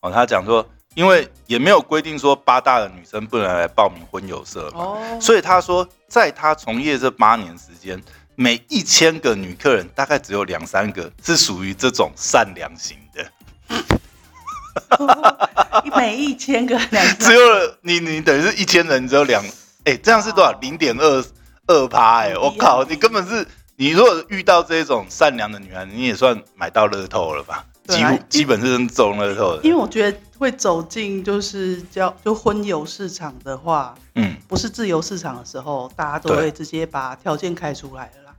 Speaker 1: 哦，他讲说，因为也没有规定说八大的女生不能来报名婚友社嘛，
Speaker 2: 哦，
Speaker 1: 所以他说，在他从业这八年时间，每一千个女客人，大概只有两三个是属于这种善良型的。
Speaker 2: 以每一千个两
Speaker 1: 啊只
Speaker 2: 只，
Speaker 1: 有你，你等于是一千人，只有两，哎、这样是多少？零点二二趴，哎、
Speaker 2: 很低
Speaker 1: 我靠，
Speaker 2: 很低
Speaker 1: 你根本是，你如果遇到这种善良的女孩，你也算买到乐透了吧？
Speaker 2: 对
Speaker 1: 几
Speaker 2: 啊
Speaker 1: 乎基本是中乐透
Speaker 2: 因为
Speaker 1: 的。
Speaker 2: 我觉得会走进就是叫就婚友市场的话，
Speaker 1: 嗯，
Speaker 2: 不是自由市场的时候，大家都
Speaker 1: 对
Speaker 2: 会直接把条件开出来了啦。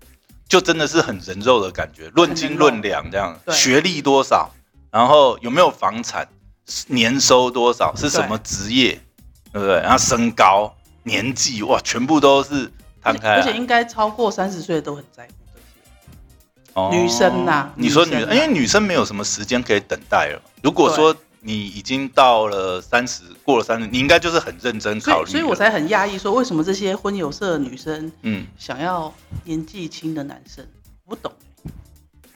Speaker 1: 就真的是很人肉的感觉，论斤论两这样，
Speaker 2: 对
Speaker 1: 学历多少，然后有没有房产，年收多少，是什么职业，对不对？然后身高、年纪，哇，全部都是摊开
Speaker 2: 而且
Speaker 1: 来。
Speaker 2: 应该超过三十岁的都很在乎这些。
Speaker 1: 哦
Speaker 2: 女生呐
Speaker 1: 你说女，
Speaker 2: 女
Speaker 1: 因
Speaker 2: 生呐啊
Speaker 1: 为女生没有什么时间可以等待了。如果说你已经到了三十，过了三十，你应该就是很认真考虑
Speaker 2: 所以，
Speaker 1: 了。
Speaker 2: 所以我才很讶异，说为什么这些婚友社的女生
Speaker 1: 嗯，
Speaker 2: 想要年纪轻的男生？我不懂。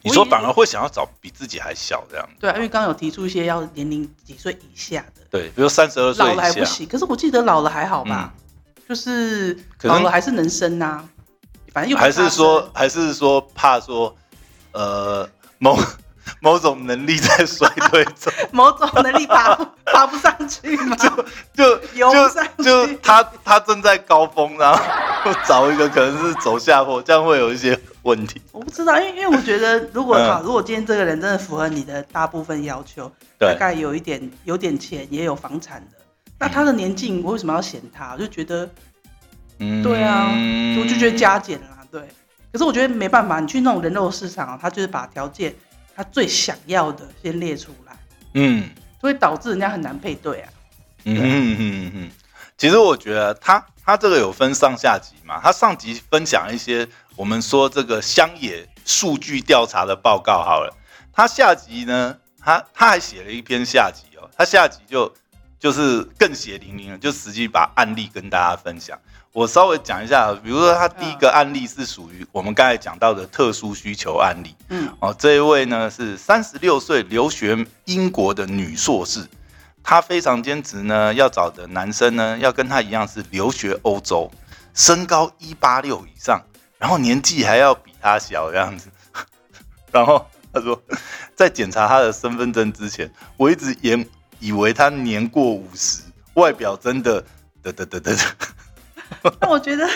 Speaker 1: 你说反而会想要找比自己还小这样。
Speaker 2: 对啊，因为刚刚有提出一些要年龄几岁以下的，
Speaker 1: 对，比如三十二岁
Speaker 2: 老了还
Speaker 1: 以
Speaker 2: 不
Speaker 1: 下，嗯
Speaker 2: 行。可是我记得老了还好吧，就是
Speaker 1: 可能
Speaker 2: 老了还是能生呐、反正又不
Speaker 1: 还是
Speaker 2: 差生
Speaker 1: 说，还是说怕说，呃，某某种能力在衰退 中，
Speaker 2: 某种能力 爬不爬不上去嘛，
Speaker 1: 就
Speaker 2: 游不
Speaker 1: 就
Speaker 2: 上去
Speaker 1: 就他他正在高峰，然后找一个可能是走下坡，这样会有一些问题。
Speaker 2: 我不知道，因为因为我觉得，如果
Speaker 1: 嗯
Speaker 2: 好，如果今天这个人真的符合你的大部分要求，大
Speaker 1: 对，
Speaker 2: 概有一点有点钱，也有房产的，那他的年纪，我为什么要嫌他？我就觉得，
Speaker 1: 嗯
Speaker 2: 对啊，我就觉得加减啦，对。可是我觉得没办法，你去那种人肉市场啊，他就是把条件他最想要的先列出来，
Speaker 1: 嗯
Speaker 2: 所以导致人家很难配对啊。
Speaker 1: 嗯嗯嗯嗯。其实我觉得他他这个有分上下集嘛，他上集分享一些我们说这个乡野数据调查的报告好了，他下集呢，他他还写了一篇下集哦，他下集就就是更血淋淋了，就实际把案例跟大家分享。我稍微讲一下，比如说他第一个案例是属于我们刚才讲到的特殊需求案例，
Speaker 2: 嗯，
Speaker 1: 哦，这一位呢是三十六岁留学英国的女硕士，她非常坚持呢要找的男生呢要跟她一样是留学欧洲，身高一八六以上，然后年纪还要比她小这样子。 然后她说，在检查她的身份证之前，我一直以以为她年过五十，外表真的得得得得得，
Speaker 2: 那我觉得，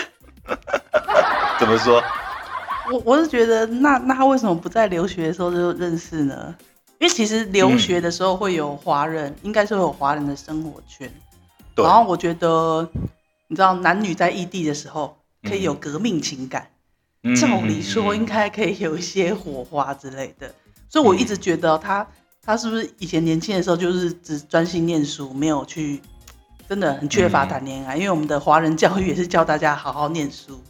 Speaker 1: 怎么说？
Speaker 2: 我我是觉得，那那他为什么不在留学的时候就认识呢？因为其实留学的时候会有华人，应该是会有华人的生活圈。
Speaker 1: 嗯对
Speaker 2: 然后我觉得，你知道，男女在异地的时候可以有革命情感，
Speaker 1: 嗯
Speaker 2: 照理说应该可以有一些火花之类的。所以我一直觉得他他是不是以前年轻的时候就是只专心念书，没有去真的很缺乏
Speaker 1: 嗯
Speaker 2: 谈恋爱，啊因为我们的华人教育也是教大家好好念书。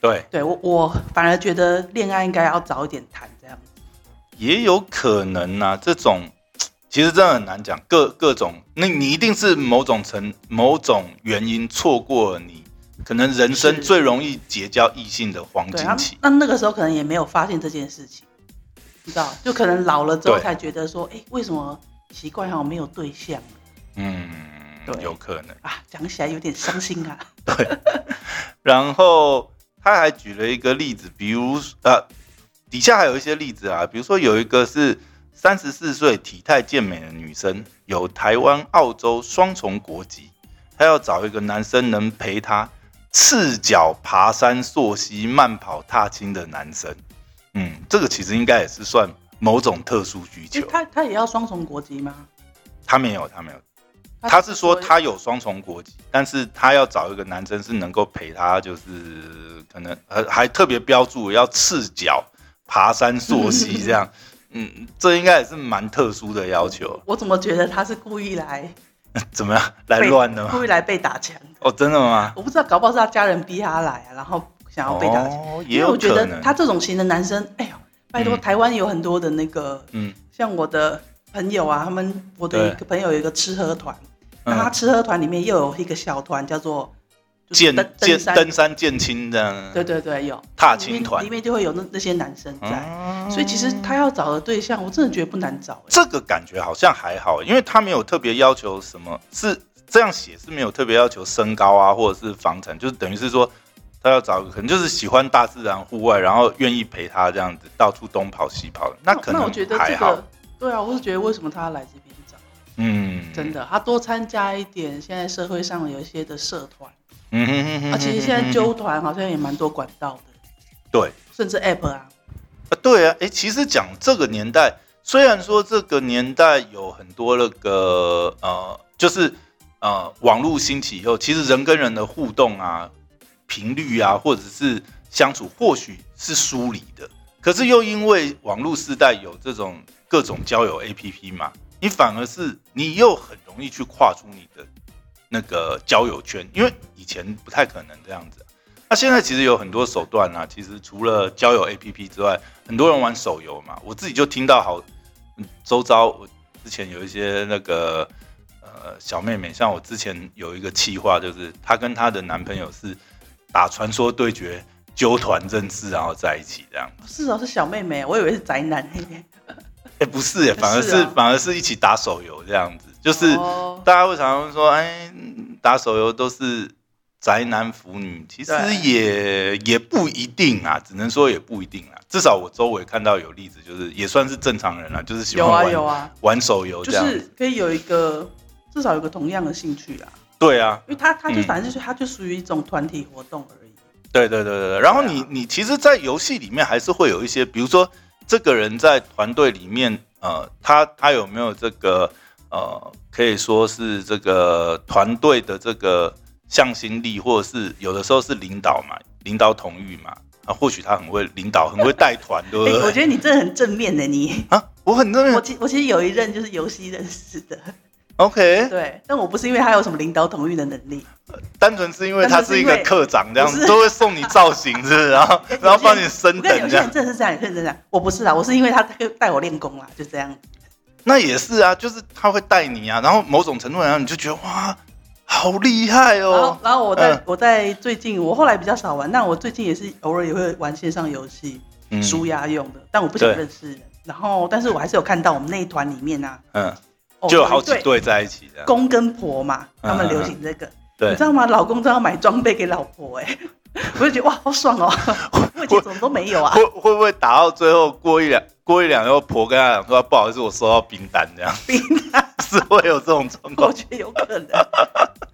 Speaker 1: 对，
Speaker 2: 对我，我反而觉得恋爱应该要早一点谈，这样子。
Speaker 1: 也有可能呐、这种其实真的很难讲，各各种，那你一定是某种程某种原因错过了你可能人生
Speaker 2: 是
Speaker 1: 最容易结交异性的黄
Speaker 2: 对
Speaker 1: 金
Speaker 2: 啊
Speaker 1: 期，。
Speaker 2: 那那个时候可能也没有发现这件事情，你知道，就可能老了之后
Speaker 1: 对
Speaker 2: 才觉得说，哎、为什么奇怪哈、没有对象
Speaker 1: 嗯，
Speaker 2: 对
Speaker 1: 有可能。
Speaker 2: 啊？讲起来有点伤心啊。
Speaker 1: 然后他还举了一个例子，比如呃，底下还有一些例子啊，比如说有一个是三十四岁体态健美的女生，有台湾、澳洲双重国籍，她要找一个男生能陪她赤脚爬山、溯溪、慢跑、踏青的男生。嗯，这个其实应该也是算某种特殊需
Speaker 2: 诶
Speaker 1: 求。
Speaker 2: 他他也要双重国籍吗？
Speaker 1: 她没有，她没有，她是说她有双重国籍，但是她要找一个男生是能够陪她，就是可能呃还特别标注要赤脚爬山溯 溪这样。嗯，这应该也是蛮特殊的要求。
Speaker 2: 我怎么觉得他是故意来
Speaker 1: 怎么样，来
Speaker 2: 被
Speaker 1: 乱的吗？
Speaker 2: 故意来被打枪的？
Speaker 1: 哦，真的吗？
Speaker 2: 我不知道，搞不好是他家人逼他来啊，然后想要被打枪。
Speaker 1: 哦，也
Speaker 2: 因为我
Speaker 1: 有
Speaker 2: 觉
Speaker 1: 可
Speaker 2: 得
Speaker 1: 能。
Speaker 2: 他这种型的男生，哎呦，拜托，
Speaker 1: 嗯
Speaker 2: 台湾有很多的那个，
Speaker 1: 嗯
Speaker 2: 像我的朋友啊，他们我的
Speaker 1: 对
Speaker 2: 一个朋友有一个吃喝团，那他
Speaker 1: 嗯，
Speaker 2: 吃喝团里面又有一个小团叫做就是
Speaker 1: 健
Speaker 2: 登
Speaker 1: 健
Speaker 2: 登山，
Speaker 1: 登山健亲的，
Speaker 2: 对对对，有
Speaker 1: 踏青团
Speaker 2: 里面里面就会有那那些男生在，
Speaker 1: 嗯
Speaker 2: 所以其实他要找的对象，我真的觉得不难找、哎
Speaker 1: 这个感觉好像还好，因为他没有特别要求什么，是这样写是没有特别要求身高啊，或者是房产，就是等于是说他要找一个可能就是喜欢大自然户外，然后愿意陪他这样子到处东跑西跑的，那可能
Speaker 2: 那我觉得
Speaker 1: 还
Speaker 2: 这
Speaker 1: 好，
Speaker 2: 个对啊，我是觉得为什么他要来这边找？
Speaker 1: 嗯，
Speaker 2: 真，的，他多参加一点现在社会上有一些的社团，
Speaker 1: 嗯哼哼哼
Speaker 2: 啊，其实现在纠团好像也蛮多管道的，
Speaker 1: 对。
Speaker 2: 甚至 App 啊，
Speaker 1: 啊，对啊，哎，其实讲这个年代，虽然说这个年代有很多那个呃，就是呃，网络兴起以后，其实人跟人的互动啊、频率啊，或者是相处，或许是疏离的。可是又因为网络时代有这种各种交友 APP 嘛，你反而是你又很容易去跨出你的那个交友圈，因为以前不太可能这样子啊。那现在其实有很多手段啊，其实除了交友 APP 之外，很多人玩手游嘛。我自己就听到好，嗯周遭我之前有一些那个呃小妹妹，像我之前有一个气话，就是她跟她的男朋友是打传说对决纠团认识，然后在一起这样。
Speaker 2: 是哦，是小妹妹，我以为是宅男，嘿嘿
Speaker 1: 哎、不是耶，反而是
Speaker 2: 是啊
Speaker 1: 反而是一起打手游这样子， 就是。
Speaker 2: 哦
Speaker 1: 大家会常常说，哎，打手游都是宅男腐女，其实
Speaker 2: 对
Speaker 1: 也也不一定啊，只能说也不一定啊。至少我周围看到有例子，就是也算是正常人啦，就是喜
Speaker 2: 有
Speaker 1: 欢玩
Speaker 2: 啊有啊，
Speaker 1: 玩手游
Speaker 2: 就
Speaker 1: 这样。
Speaker 2: 是可以有一个至少有个同样的兴趣啦，
Speaker 1: 对啊，
Speaker 2: 因为他他就
Speaker 1: 嗯
Speaker 2: 反正就是他就属于一种团体活动而已，
Speaker 1: 对对对对对。然后你、
Speaker 2: 对啊
Speaker 1: 你其实，在游戏里面还是会有一些，比如说这个人在团队里面，呃，他他有没有这个呃，可以说是这个团队的这个向心力，或者是有的时候是领导嘛，领导统御嘛，啊，或许他很会领导，很会带团，对不
Speaker 2: 哎、
Speaker 1: 对？
Speaker 2: 我觉得你真的很正面的你。
Speaker 1: 啊，我很认
Speaker 2: 我
Speaker 1: 为
Speaker 2: 其我其实有一任就是游戏认识的，
Speaker 1: OK，
Speaker 2: 对，但我不是因为他有什么领导统御的能力，
Speaker 1: 单纯是因为他是一
Speaker 2: 单纯是因
Speaker 1: 个
Speaker 2: 为
Speaker 1: 课长这样
Speaker 2: 不，是
Speaker 1: 都会送你造型，是不是？然后然后帮你升等
Speaker 2: 我跟有
Speaker 1: 这
Speaker 2: 些
Speaker 1: 样
Speaker 2: 人。真的是这样，有些人真的是这样，我不是啦，我是因为他带我练功啦，就这样。
Speaker 1: 那也是啊，就是他会带你啊，然后某种程度上你就觉得哇，好厉害
Speaker 2: 然后
Speaker 1: 哦，，
Speaker 2: 然后我在、
Speaker 1: 嗯
Speaker 2: 我在最近，我后来比较少玩，但我最近也是偶尔也会玩线上游戏，
Speaker 1: 嗯
Speaker 2: 舒压用的，但我不想
Speaker 1: 对
Speaker 2: 认识人。然后，但是我还是有看到我们那一团里面啊，
Speaker 1: 嗯，
Speaker 2: 哦
Speaker 1: 就有好几
Speaker 2: 对
Speaker 1: 对在一起的，
Speaker 2: 公跟婆嘛，
Speaker 1: 嗯
Speaker 2: 他们流行这个，你
Speaker 1: 对
Speaker 2: 知，道吗？老公都要买装备给老婆、哎， 我就觉得哇，好爽 哦！我以前怎么都没有啊，
Speaker 1: 会会不会打到最后过一两过一两，然后婆跟他讲说不好意思，我收到冰单这样，
Speaker 2: 冰
Speaker 1: 单是会有这种状
Speaker 2: 我
Speaker 1: 况，
Speaker 2: 觉得有可 能。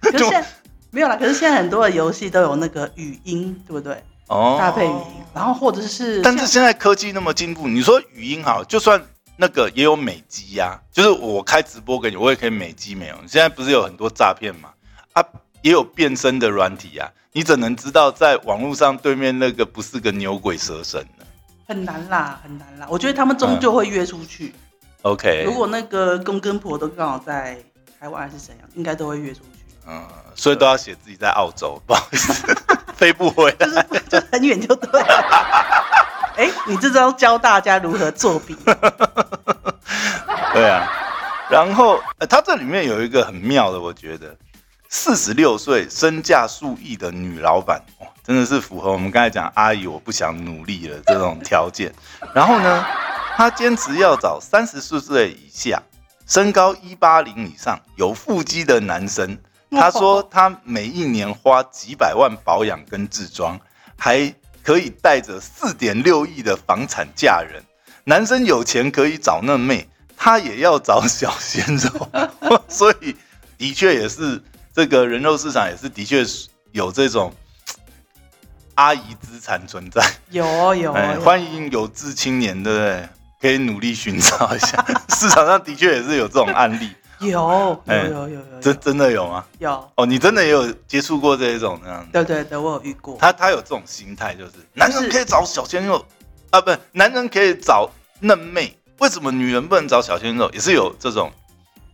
Speaker 2: 可是现在没有啦，可是现在很多的游戏都有那个语音，对不对？
Speaker 1: 哦
Speaker 2: 搭配语音，然后或者是
Speaker 1: 但是
Speaker 2: 像
Speaker 1: 现在科技那么进步，你说语音好，就算那个也有美机呀、就是我开直播给你，我也可以美机没有。现在不是有很多诈骗嘛？啊，也有变身的软体呀、你怎能知道在网络上对面那个不是个牛鬼蛇神呢
Speaker 2: 很难啦，很难啦。我觉得他们
Speaker 1: 嗯
Speaker 2: 终究会约出去。
Speaker 1: ？OK，
Speaker 2: 如果那个公跟婆都刚好在台湾还是怎样，应该都会约出去，
Speaker 1: 嗯，所以都要写自己在澳洲，不好意 思，飞不回来。
Speaker 2: 就是 就很远就对了。 哎、你这招教大家如何作 弊？
Speaker 1: 对啊，然后、呃、他这里面有一个很妙的，我觉得，四十六岁身价数亿的女老板，哇，真的是符合我们刚才讲阿姨我不想努力了这种条件。 然后呢，她坚持要找三十四岁以下、身高一八零以上、有腹肌的男生。她说她每一年花几百万保养跟治妆，还。可以带着四点六亿的房产嫁人，男生有钱可以找嫩妹，他也要找小鲜肉， 所以的确也是这个人肉市场也是的确是有这种嘖阿姨资产存在。
Speaker 2: 有哦有哦
Speaker 1: 哎，
Speaker 2: 有
Speaker 1: 欢迎有志青年，对不对？可以努力寻找一下， 市场上的确也是有这种案 例，
Speaker 2: 有
Speaker 1: 哎
Speaker 2: 有有有有
Speaker 1: 真真的有吗？
Speaker 2: 有，
Speaker 1: 哦，你真的也有接触过这一种那样的？
Speaker 2: 对对对，我有遇过。
Speaker 1: 他他有这种心态，就是男人可以找小鲜肉啊，不，男人可以找嫩妹，为什么女人不能找小鲜肉？也是有这种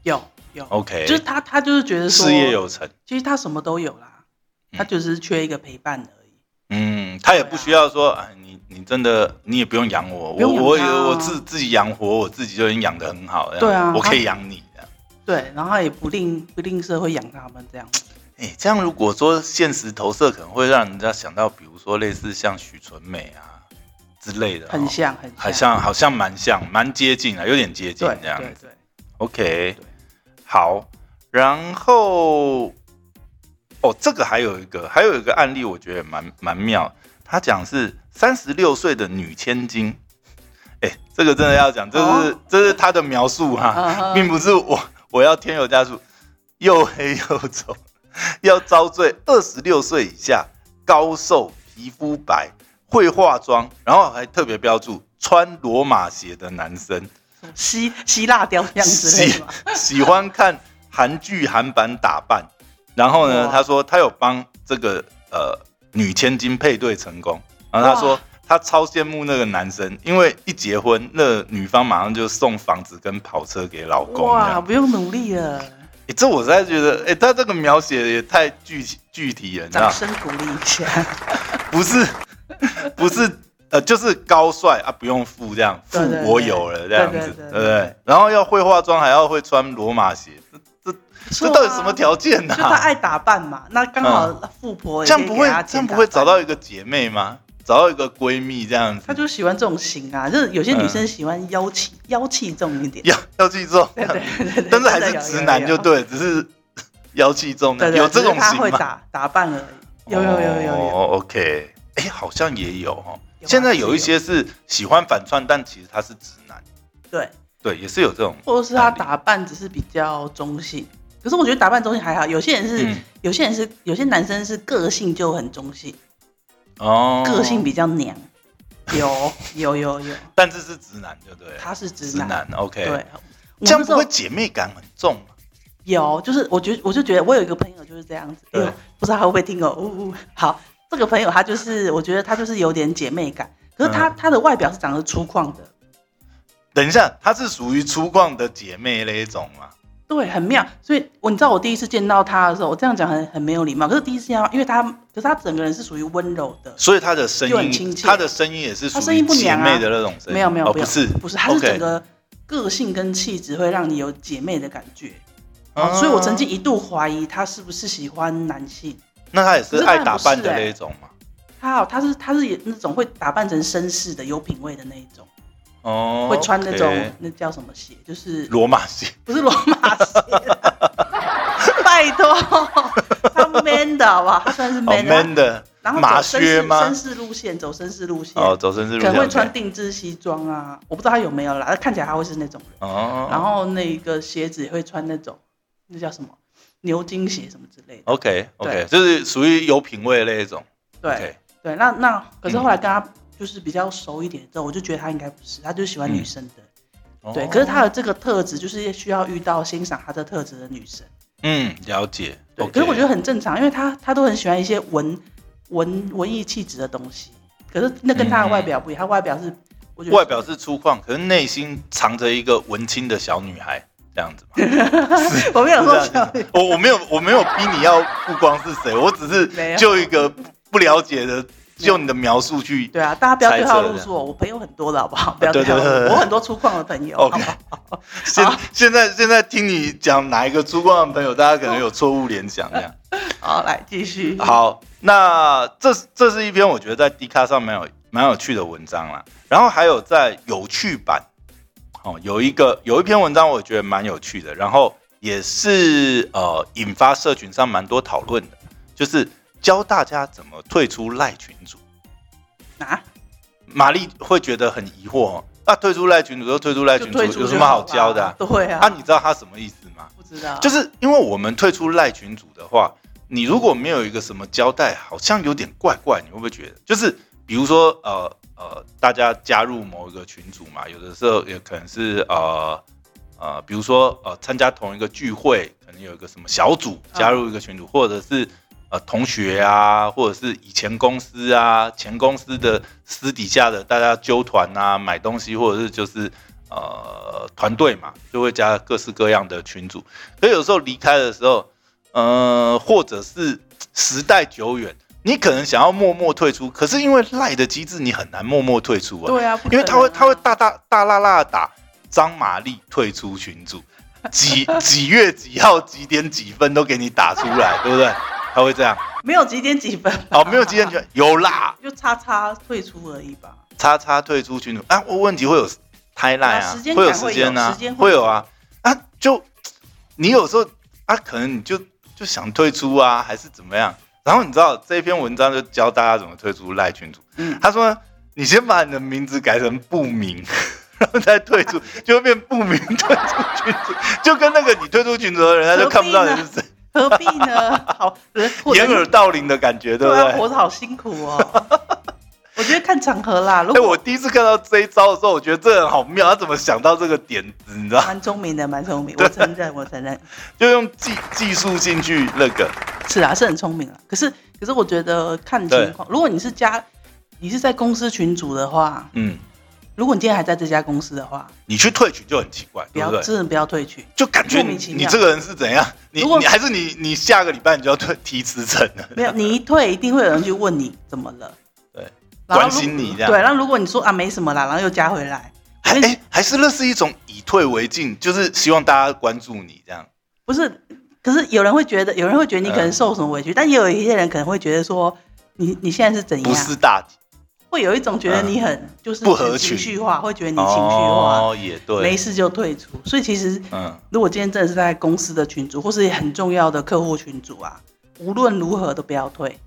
Speaker 2: 有有，
Speaker 1: OK，
Speaker 2: 就是他他就是觉得说
Speaker 1: 事业，有成，
Speaker 2: 其实他什么都有啦，
Speaker 1: 嗯
Speaker 2: 他就是缺一个陪伴而已。
Speaker 1: 嗯，他也不需要说，哎，你你真的你也不用养我，
Speaker 2: 不用
Speaker 1: 我我
Speaker 2: 养
Speaker 1: 也
Speaker 2: 他啊
Speaker 1: 我自自己养活我自己就已经养得很好，这样
Speaker 2: 对啊
Speaker 1: 我
Speaker 2: 他
Speaker 1: 可以养你这样。
Speaker 2: 对，然后他也不吝不吝啬会养他们这样。
Speaker 1: 哎、这样如果说现实投射，可能会让人家想到，比如说类似像许纯美啊之类的哦、
Speaker 2: 很像，很像，
Speaker 1: 好像好像蛮像，蛮接近啊，有点接近
Speaker 2: 对
Speaker 1: 这样
Speaker 2: 对对，
Speaker 1: OK，好，然后哦，这个还有一个，还有一个案例，我觉得蛮蛮妙。他讲是三十六岁的女千金，哎、这个真的要讲，这是、
Speaker 2: 哦
Speaker 1: 这是他的描述哈、
Speaker 2: 嗯哼
Speaker 1: 并不是我我要添油加醋，又黑又丑，要遭罪二十六岁以下，高瘦，皮肤白，会化妆，然后还特别标注穿罗马鞋的男生。
Speaker 2: 什么希希腊雕像之类的嘛，
Speaker 1: 喜欢看韩剧韩版打扮。然后呢，
Speaker 2: 哇
Speaker 1: 他说他有帮这个呃女千金配对成功。然后他说
Speaker 2: 哇
Speaker 1: 他超羡慕那个男生，因为一结婚，那女方马上就送房子跟跑车给老公。这
Speaker 2: 哇，
Speaker 1: 样
Speaker 2: 不用努力了，
Speaker 1: 诶这我实在觉得，哎、他这个描写也太具体具体了，你知道
Speaker 2: 掌
Speaker 1: 吗？
Speaker 2: 声鼓励一下，
Speaker 1: 不是 不是呃，就是高帅啊，不用付这样，付
Speaker 2: 对对对
Speaker 1: 我有了这样
Speaker 2: 对对
Speaker 1: 子，对
Speaker 2: 对对
Speaker 1: 不对？然后要会化妆，还要会穿罗马鞋， 这到底什么
Speaker 2: 件？
Speaker 1: 条件啊呢、
Speaker 2: 啊就他爱打扮嘛，那刚好富婆也
Speaker 1: 这
Speaker 2: 可以
Speaker 1: 样不会
Speaker 2: 给他钱
Speaker 1: 这样不会
Speaker 2: 打扮
Speaker 1: 找到一个姐妹吗？找到一个闺蜜这样
Speaker 2: 他
Speaker 1: 子，
Speaker 2: 就喜欢这种型啊，就是有些
Speaker 1: 嗯
Speaker 2: 女生喜欢妖气、妖气重一点，
Speaker 1: 要要记住，
Speaker 2: 对对对对对，
Speaker 1: 但是还是
Speaker 2: 真的有
Speaker 1: 直男就，对，只是妖气重
Speaker 2: 有有
Speaker 1: 男，
Speaker 2: 对对，
Speaker 1: 有这种
Speaker 2: 只是他
Speaker 1: 型
Speaker 2: 会
Speaker 1: 吗？
Speaker 2: 打打扮而已，有有有有有，
Speaker 1: 哦，OK，哎，好像也有哦。
Speaker 2: 有啊
Speaker 1: 现在有一些是喜欢反串，但其实他是直男，
Speaker 2: 对，
Speaker 1: 对，也是有这种
Speaker 2: 或者是他打扮只是比较中性，可是我觉得打扮中性还好，有些人是
Speaker 1: 嗯
Speaker 2: 有些人是有些男生是个性就很中性，
Speaker 1: 哦，
Speaker 2: 个性，比较娘，有有有有，
Speaker 1: 但是是直男，对不对？
Speaker 2: 他是直
Speaker 1: 直
Speaker 2: 男，
Speaker 1: 男，OK，
Speaker 2: 对，我
Speaker 1: 这样
Speaker 2: 那时
Speaker 1: 不
Speaker 2: 候
Speaker 1: 会姐妹感很重吗？
Speaker 2: 有，就是我觉得我就觉得我有一个朋友就是这样子，因
Speaker 1: 对
Speaker 2: 为不知道他会不会听哦。呜呜，好，这个朋友他就是我觉得他就是有点姐妹感，可是
Speaker 1: 嗯
Speaker 2: 他、他的外表是长得粗犷的，
Speaker 1: 等一下，她是属于粗犷的姐妹那一种吗？
Speaker 2: 对，很妙。所以我你知道我第一次见到他的时候，我这样讲很很没有礼貌，可是第一次见到他，因为他可是他整个人是属于温柔的，
Speaker 1: 所以她的声
Speaker 2: 就很亲
Speaker 1: 音，
Speaker 2: 切
Speaker 1: 她的声音也是属
Speaker 2: 她声
Speaker 1: 于
Speaker 2: 音不
Speaker 1: 姐
Speaker 2: 娘啊
Speaker 1: 妹的那种声音，
Speaker 2: 没有没有
Speaker 1: 哦
Speaker 2: 没
Speaker 1: 不
Speaker 2: 有
Speaker 1: 是
Speaker 2: 不是，他是
Speaker 1: OK
Speaker 2: 整个个性跟气质会让你有姐妹的感觉。哦所以我曾经
Speaker 1: 啊
Speaker 2: 一度怀疑他是不是喜欢男性。
Speaker 1: 那她也是
Speaker 2: 可是她
Speaker 1: 爱打扮
Speaker 2: 很
Speaker 1: 的
Speaker 2: 不是
Speaker 1: 那
Speaker 2: 欸
Speaker 1: 一种嘛。
Speaker 2: 他好，他是他是也那种会打扮成绅士的、有品味的那一种，
Speaker 1: 哦，
Speaker 2: 会穿那种
Speaker 1: OK
Speaker 2: 那叫什么鞋，就是
Speaker 1: 罗马 鞋，
Speaker 2: 不是罗马鞋啦， 拜托，他 man 的好不好？他算是
Speaker 1: 哦
Speaker 2: man 的，
Speaker 1: ，man 的
Speaker 2: 然后
Speaker 1: 马
Speaker 2: 走绅
Speaker 1: 靴
Speaker 2: 士
Speaker 1: 吗
Speaker 2: 绅？士路线，走绅士路线，
Speaker 1: 哦，走绅士路
Speaker 2: 可
Speaker 1: 线
Speaker 2: 能会
Speaker 1: OK
Speaker 2: 穿定制西装啊，我不知道他有没有啦，但看起来他会是那种人。
Speaker 1: 哦，
Speaker 2: 然后那个鞋子也会穿那种，那叫什么牛津鞋什么之类的。
Speaker 1: OK OK，就是属于有品味的那一种。
Speaker 2: 对
Speaker 1: OK，嗯
Speaker 2: 对，那那可是后来跟他就是比较熟一点之后，我就觉得他应该不是，他就喜欢女生的。对，
Speaker 1: 嗯哦
Speaker 2: 可是他的这个特质就是需要遇到欣赏他的特质的女生。
Speaker 1: 嗯了解。
Speaker 2: 对
Speaker 1: OK
Speaker 2: 可是我觉得很正常，因为他他都很喜欢一些文文文艺气质的东西。可是那跟他的外表不一样，他外表是我觉
Speaker 1: 嗯
Speaker 2: 得
Speaker 1: 外表是粗犷，可是内心藏着一个文青的小女孩，这样子嘛。
Speaker 2: 我没有说
Speaker 1: 是这样
Speaker 2: 小
Speaker 1: 子我我没有我没有逼你要曝光是谁，我只
Speaker 2: 没
Speaker 1: 是
Speaker 2: 有
Speaker 1: 就一个不了解的，就你的描述去
Speaker 2: 对啊，大家不要对号
Speaker 1: 猜测
Speaker 2: 入
Speaker 1: 的
Speaker 2: 座，我朋友很多的好不好？不要
Speaker 1: 对
Speaker 2: 对
Speaker 1: 对
Speaker 2: 号入
Speaker 1: 对对
Speaker 2: 座，
Speaker 1: 对
Speaker 2: 我很多粗犷的朋 友。
Speaker 1: OK
Speaker 2: 好不 好
Speaker 1: 现现在现在听你讲哪一个粗犷的朋友，大家可能有错误联想这样。
Speaker 2: 好，来继续。
Speaker 1: 好，那这是这是一篇我觉得在 D 卡上蛮有蛮有趣的文章啦。然后还有在有趣版，哦，有一个有一篇文章我觉得蛮有趣的，然后也是呃引发社群上蛮多讨论的，就是教大家怎么退出赖群组。
Speaker 2: 啊，
Speaker 1: 玛丽会觉得很疑惑、哦，啊，退出赖群主就退出赖
Speaker 2: 就
Speaker 1: 群主，
Speaker 2: 退出
Speaker 1: 哎有什
Speaker 2: 就
Speaker 1: 么好
Speaker 2: 吧
Speaker 1: 教的啊？
Speaker 2: 对啊，
Speaker 1: 啊，你知道他什么意思吗？
Speaker 2: 不知道，
Speaker 1: 就是因为我们退出赖群组的话，你如果没有一个什么交代，好像有点怪怪，你会不会觉得？就是比如说，呃呃，大家加入某一个群组嘛，有的时候也可能是呃呃，比如说呃，参加同一个聚会，可能有一个什么小组
Speaker 2: 嗯
Speaker 1: 加入一个群组，或者是呃同学啊，或者是以前公司啊、前公司的私底下的大家纠团啊，买东西，或者是就是呃团队嘛，就会加各式各样的群组。可有时候离开的时候，呃，或者是时代久远，你可能想要默默退出，可是因为赖的机制，你很难默默退出啊。
Speaker 2: 对啊，不
Speaker 1: 因为
Speaker 2: 可
Speaker 1: 他会
Speaker 2: 能啊
Speaker 1: 他会大大大啦啦地打张玛丽退出群组，几 几月几号几点几分都给你打出来，对不对？他会这样。
Speaker 2: 没有几点几分，
Speaker 1: 好，哦没有几点几分有啦，
Speaker 2: 就叉叉退出而已吧。
Speaker 1: 叉叉退出群组啊，问题会有 timeline
Speaker 2: 啊
Speaker 1: 啊，
Speaker 2: 时间感
Speaker 1: 会有时间
Speaker 2: 会有
Speaker 1: 啊
Speaker 2: 时间，会
Speaker 1: 会
Speaker 2: 有
Speaker 1: 有啊啊，就你有时候啊，可能你就就想退出啊，还是怎么样？然后你知道这篇文章就教大家怎么退出赖群组。
Speaker 2: 嗯，
Speaker 1: 他说：“你先把你的名字改成不明， 然后再退
Speaker 2: 啊
Speaker 1: 出，就会变不明退出群组，就跟那个你退出群组的人，他就看不到你是谁，
Speaker 2: 何必呢？好，人 活
Speaker 1: 掩耳盗铃的感觉，对不
Speaker 2: 对
Speaker 1: 对
Speaker 2: 啊，？活得好辛苦 哦。我觉得看场合啦，如
Speaker 1: 哎、
Speaker 2: 果
Speaker 1: 我第一次看到这一招的时候，我觉得这人好妙，他怎么想到这个点子？你知道，
Speaker 2: 蛮聪明的，蛮聪明，我承认，我承认，
Speaker 1: 就用技技术性去那个，
Speaker 2: 是啊，是很聪明啊。可是，可是我觉得看情况，如果你是加，你是在公司群组的话，
Speaker 1: 嗯，
Speaker 2: 如果你今天还在这家公司的话，
Speaker 1: 你去退群就很奇怪，
Speaker 2: 不
Speaker 1: 对不
Speaker 2: 要
Speaker 1: 对？
Speaker 2: 真的不要退群。
Speaker 1: 就感觉
Speaker 2: 莫
Speaker 1: 你
Speaker 2: 名其妙
Speaker 1: 你这个人是怎样？你
Speaker 2: 如果
Speaker 1: 你还是你你下个礼拜你就要退提辞呈了？
Speaker 2: 没有，你一退一定会有人去问你怎么了，
Speaker 1: 对，
Speaker 2: 然后
Speaker 1: 关心你这样
Speaker 2: 对，然后如果你说啊没什么啦，然后又加回来，
Speaker 1: 还
Speaker 2: 因为
Speaker 1: 哎、还是那是一种以退为进，就是希望大家关注你这样。
Speaker 2: 不是，可是有人会觉得，有人会觉得你可能
Speaker 1: 嗯
Speaker 2: 受什么委屈，但也有一些人可能会觉得说，你你现在是怎
Speaker 1: 不
Speaker 2: 样？
Speaker 1: 是大体
Speaker 2: 会有一种觉得
Speaker 1: 嗯
Speaker 2: 你很就是
Speaker 1: 不合
Speaker 2: 很情
Speaker 1: 群
Speaker 2: 绪化，会觉得你情绪化，
Speaker 1: 哦，也对，
Speaker 2: 没事就退出。所以其实，
Speaker 1: 嗯，
Speaker 2: 如果今天真的是在公司的群组，或是很重要的客户群组啊，无论如何都不要退。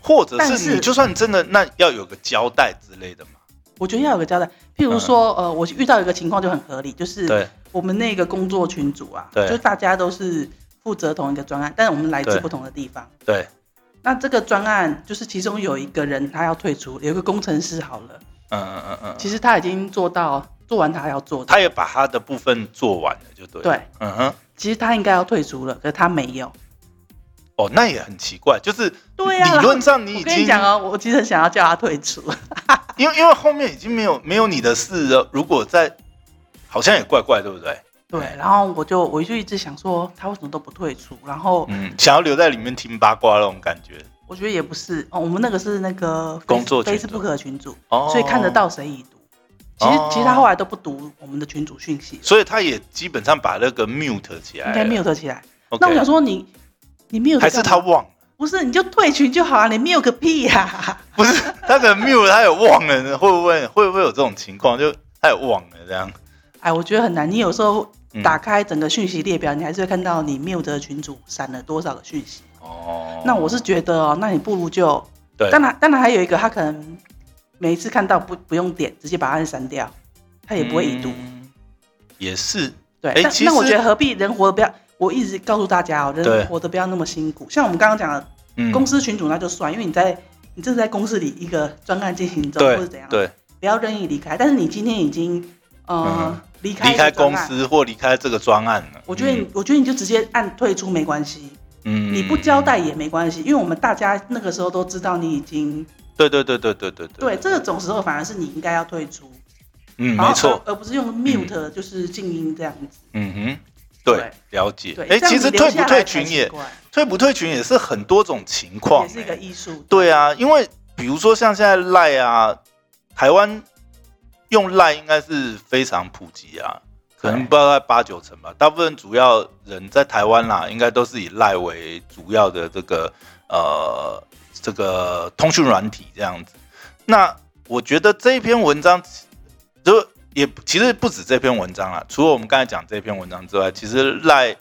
Speaker 1: 或者
Speaker 2: 但
Speaker 1: 是
Speaker 2: 是
Speaker 1: 你就算真的那要有个交代之类的嘛，
Speaker 2: 我觉得要有个交代，譬如说，呃，我遇到一个情况就很合理，就是
Speaker 1: 嗯对，
Speaker 2: 我们那个工作群组啊，
Speaker 1: 对
Speaker 2: 就大家都是负责同一个专案，但是我们来自
Speaker 1: 对
Speaker 2: 不同的地方。
Speaker 1: 对，
Speaker 2: 那这个专案就是其中有一个人他要退出，有一个工程师好了，
Speaker 1: 嗯嗯嗯嗯，
Speaker 2: 其实他已经做到做完他要做的，
Speaker 1: 他也把他的部分做完了，就对，，
Speaker 2: 对，
Speaker 1: 嗯哼，
Speaker 2: 其实他应该要退出了，可是他没有。
Speaker 1: 哦，那也很奇怪，就是
Speaker 2: 对呀、
Speaker 1: 理
Speaker 2: 然后
Speaker 1: 论上你
Speaker 2: 我
Speaker 1: 已
Speaker 2: 跟你
Speaker 1: 经，
Speaker 2: 讲哦，我其实很想要叫他退出，
Speaker 1: 因为因为后面已经没有没有你的事了，如果在，好像也怪怪，对不对？
Speaker 2: 对，然后我就我就一直想说他为什么都不退出，然后
Speaker 1: 嗯，想要留在里面听八卦那种感觉，
Speaker 2: 我觉得也不是哦，我们那个是那个
Speaker 1: 工作群组
Speaker 2: Facebook 群组，
Speaker 1: 哦，
Speaker 2: 所以看得，到谁已读。其实
Speaker 1: 哦
Speaker 2: 其实他后来都不读我们的群组讯息，
Speaker 1: 所以他也基本上把那个 mute 起来
Speaker 2: 应
Speaker 1: 了，
Speaker 2: 该 mute 起来。
Speaker 1: OK，
Speaker 2: 那我想说你你 mute
Speaker 1: 还是
Speaker 2: 干
Speaker 1: 他
Speaker 2: 嘛
Speaker 1: 忘了。
Speaker 2: 不是，你就退群就好啊，你 mute 个屁呀、啊！
Speaker 1: 不是他可能 mute，他有忘了，会不会会不会有这种情况？就他有忘了这样。
Speaker 2: 哎，我觉得很难。你有时候
Speaker 1: 嗯
Speaker 2: 打开整个讯息列表，你还是会看到你 mute 的群主闪了多少个讯息。
Speaker 1: 哦
Speaker 2: 那我是觉得哦，那你不如就，
Speaker 1: 对
Speaker 2: 当然当然还有一个，他可能每一次看到不不用点，直接把它按删掉，他也不会已读。
Speaker 1: 嗯也是
Speaker 2: 对，
Speaker 1: 哎
Speaker 2: 但
Speaker 1: 其实
Speaker 2: 那我觉得何必人活得不要，我一直告诉大家哦，
Speaker 1: 对
Speaker 2: 人活得不要那么辛苦。像我们刚刚讲的
Speaker 1: 嗯
Speaker 2: 公司群主那就算，因为你在你正在公司里一个专案进行中，嗯
Speaker 1: 对
Speaker 2: 或者怎样，
Speaker 1: 对
Speaker 2: 不要任意离开。但是你今天已经呃
Speaker 1: 嗯
Speaker 2: 离、开
Speaker 1: 离开
Speaker 2: 这个专
Speaker 1: 公
Speaker 2: 案，
Speaker 1: 司嗯或离开这个专案了。
Speaker 2: 我觉得你、我觉得你就直接按退出没关系，
Speaker 1: 嗯
Speaker 2: 你不交，代也没关系，因为我们大家那个时候都知道你已经
Speaker 1: 对对对对对对
Speaker 2: 对这种时候反而是你应该要退出，
Speaker 1: 嗯，
Speaker 2: 然后
Speaker 1: 没错，
Speaker 2: 而而不是用 mute 就是静音这样子。
Speaker 1: 嗯哼，对
Speaker 2: 对，
Speaker 1: 了解
Speaker 2: 对，。
Speaker 1: 哎，
Speaker 2: 这样
Speaker 1: 其
Speaker 2: 子
Speaker 1: 实
Speaker 2: 留
Speaker 1: 退
Speaker 2: 下
Speaker 1: 不
Speaker 2: 来
Speaker 1: 退
Speaker 2: 才
Speaker 1: 群
Speaker 2: 奇
Speaker 1: 也
Speaker 2: 怪
Speaker 1: 退不退群也是很多种情况，
Speaker 2: 也是一
Speaker 1: 哎
Speaker 2: 个艺术。
Speaker 1: 对啊，因为比如说像现在赖啊，台湾用赖应该是非常普及啊，可能
Speaker 2: 对
Speaker 1: 不知道在八九成吧。大部分主要人在台湾啦，应该都是以赖为主要的这个呃这个通讯软体这样子。那我觉得这一篇文章就也其实不止这篇文章啦，除了我们刚才讲这篇文章之外，其实赖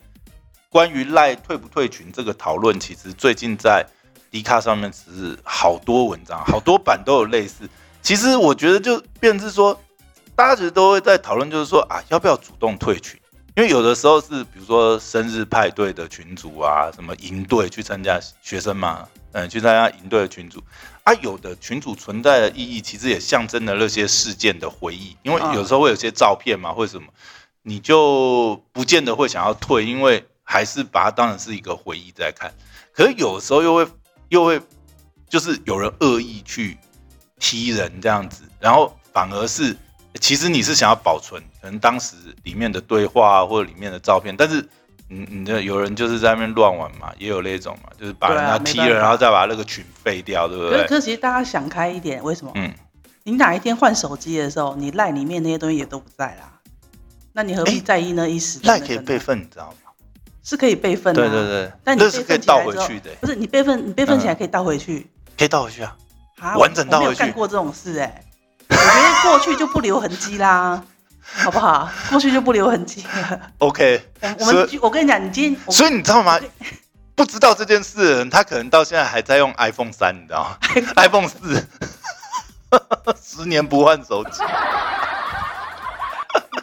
Speaker 1: 关于赖退不退群这个讨论，其实最近在迪卡上面是好多文章，好多版都有类似。其实我觉得就变成是说，大家其实都会在讨论，就是说啊，要不要主动退群？因为有的时候是比如说生日派对的群组啊，什么营队去参加学生嘛，嗯，去参加营队的群组啊，有的群组存在的意义，其实也象征了那些事件的回忆，因为
Speaker 2: 嗯
Speaker 1: 有时候会有些照片嘛，或者什么，你就不见得会想要退，因为还是把它当成是一个回忆在看。可是有时候又会又会就是有人恶意去踢人这样子，然后反而是其实你是想要保存可能当时里面的对话、啊、或者里面的照片，但是你你的有人就是在那边乱玩嘛，也有那种嘛，就是把
Speaker 2: 对
Speaker 1: 人
Speaker 2: 啊
Speaker 1: 家踢
Speaker 2: 没
Speaker 1: 了，
Speaker 2: 办法
Speaker 1: 然后再把那个群废掉，对不
Speaker 2: 可是可
Speaker 1: 对？
Speaker 2: 是其实大家想开一点，为什么？
Speaker 1: 嗯，
Speaker 2: 你哪一天换手机的时候，你赖里面那些东西也都不在啦，那你何必
Speaker 1: 哎
Speaker 2: 在意那一时的
Speaker 1: 赖
Speaker 2: 那
Speaker 1: 可以
Speaker 2: 个呢？
Speaker 1: 备份，你知道吗？
Speaker 2: 是可以备份的、啊
Speaker 1: 对对对，
Speaker 2: 但你
Speaker 1: 那是可以
Speaker 2: 备份起来
Speaker 1: 倒回
Speaker 2: 之后
Speaker 1: 去的、
Speaker 2: 不是你备份，你备份起来可以倒回去。
Speaker 1: 可以倒回去啊。
Speaker 2: 啊
Speaker 1: 完整倒回去
Speaker 2: 我没有干过这种事哎、我觉得过去就不留痕迹啦，好不好？过去就不留痕迹 了。
Speaker 1: OK，
Speaker 2: 我我
Speaker 1: 所
Speaker 2: 们
Speaker 1: 以
Speaker 2: 我跟你讲，你今天我
Speaker 1: 所以你知道吗
Speaker 2: 对？
Speaker 1: 不知道这件事的人，他可能到现在还在用 iPhone 三，你知道吗？iPhone 四， 十年不换手机。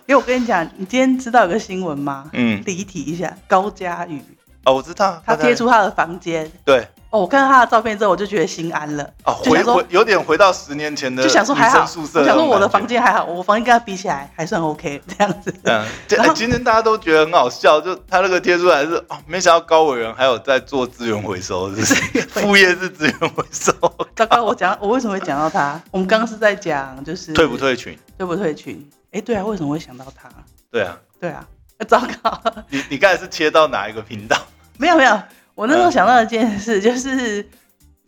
Speaker 2: 因为我跟你讲，你今天知道有个新闻吗？
Speaker 1: 嗯，
Speaker 2: 离题一下，高佳宇
Speaker 1: 哦，我知道，
Speaker 2: 他
Speaker 1: 在
Speaker 2: 贴出他的房间，
Speaker 1: 对
Speaker 2: 哦，我看到他的照片之后，我就觉得心安了。
Speaker 1: 啊，
Speaker 2: 就
Speaker 1: 回
Speaker 2: 想
Speaker 1: 回
Speaker 2: 说，
Speaker 1: 有点回到十年前的
Speaker 2: 就想说还好，
Speaker 1: 女生宿舍那
Speaker 2: 我想说
Speaker 1: 种
Speaker 2: 我的
Speaker 1: 感觉
Speaker 2: 房。间还好，我房间跟他比起来还算 OK 这样子。
Speaker 1: 嗯，这
Speaker 2: 然后
Speaker 1: 今天大家都觉得很好笑，就他那个贴出来是哦，没想到高伟人还有在做资源回收，是不是副业是资源回 收，
Speaker 2: 糟糕，我讲我为什么会讲到他？我们刚刚是在讲就是
Speaker 1: 退不退群？
Speaker 2: 对不退群？哎、对啊，为什么会想到他？
Speaker 1: 对啊，
Speaker 2: 对啊， 呃糟糕，
Speaker 1: 你你刚才是切到哪一个频道？
Speaker 2: 没有没有，我那时候想到一件事，就是，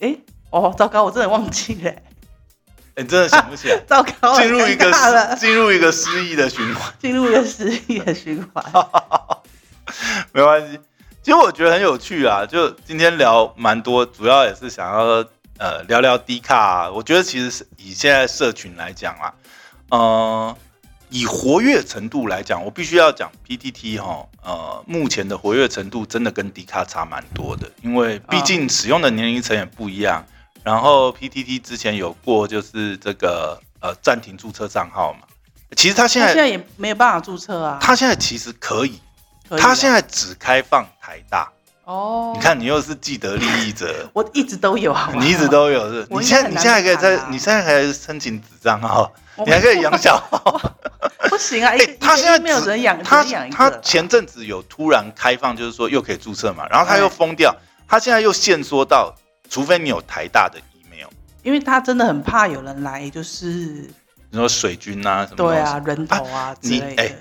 Speaker 2: 哎、哦，糟糕，我真的忘记了，，
Speaker 1: 哎你真的想不起来
Speaker 2: 糟糕，
Speaker 1: 进入一个
Speaker 2: 尴尬
Speaker 1: 失
Speaker 2: 了，
Speaker 1: 进入一个失忆的循环。
Speaker 2: 进入一个失忆的循
Speaker 1: 哦
Speaker 2: 环。
Speaker 1: 没关系。其实我觉得很有趣啊，就今天聊蛮多，主要也是想要呃聊聊低卡、啊。我觉得其实是以现在社群来讲啊，呃，以活跃程度来讲，我必须要讲 PTT 哈，呃，目前的活跃程度真的跟低卡差蛮多的，因为毕竟使用的年龄层也不一样。然后 PTT 之前有过就是这个呃暂停注册账号嘛，其实他现
Speaker 2: 他现
Speaker 1: 在
Speaker 2: 在也没有办法注册啊，
Speaker 1: 他现在其实可以，
Speaker 2: 可以
Speaker 1: 他
Speaker 2: 啊
Speaker 1: 现在只开放台大。
Speaker 2: 哦，，
Speaker 1: 你，看，你又是既得利益者
Speaker 2: 我一直都有啊，
Speaker 1: 你一直都有是不是？
Speaker 2: 我
Speaker 1: 你
Speaker 2: 应
Speaker 1: 现
Speaker 2: 该
Speaker 1: 在
Speaker 2: 很
Speaker 1: 你
Speaker 2: 难
Speaker 1: 现在可以
Speaker 2: 被砍
Speaker 1: 在，
Speaker 2: 啊
Speaker 1: 你现在可以申请子账号，
Speaker 2: 我
Speaker 1: 你还可以养小号。
Speaker 2: 不行啊， 哎、
Speaker 1: 哎、他现在
Speaker 2: 没有
Speaker 1: 只
Speaker 2: 人养，
Speaker 1: 他
Speaker 2: 只能养一个
Speaker 1: 他前阵子有突然开放，就是说又可以注册嘛，然后他又
Speaker 2: 对
Speaker 1: 封掉，他现在又限缩到，除非你有台大的 email，
Speaker 2: 因为他真的很怕有人来，就是
Speaker 1: 你说水军啊什么东西。
Speaker 2: 对啊，人头啊之
Speaker 1: 你
Speaker 2: 类的。
Speaker 1: 哎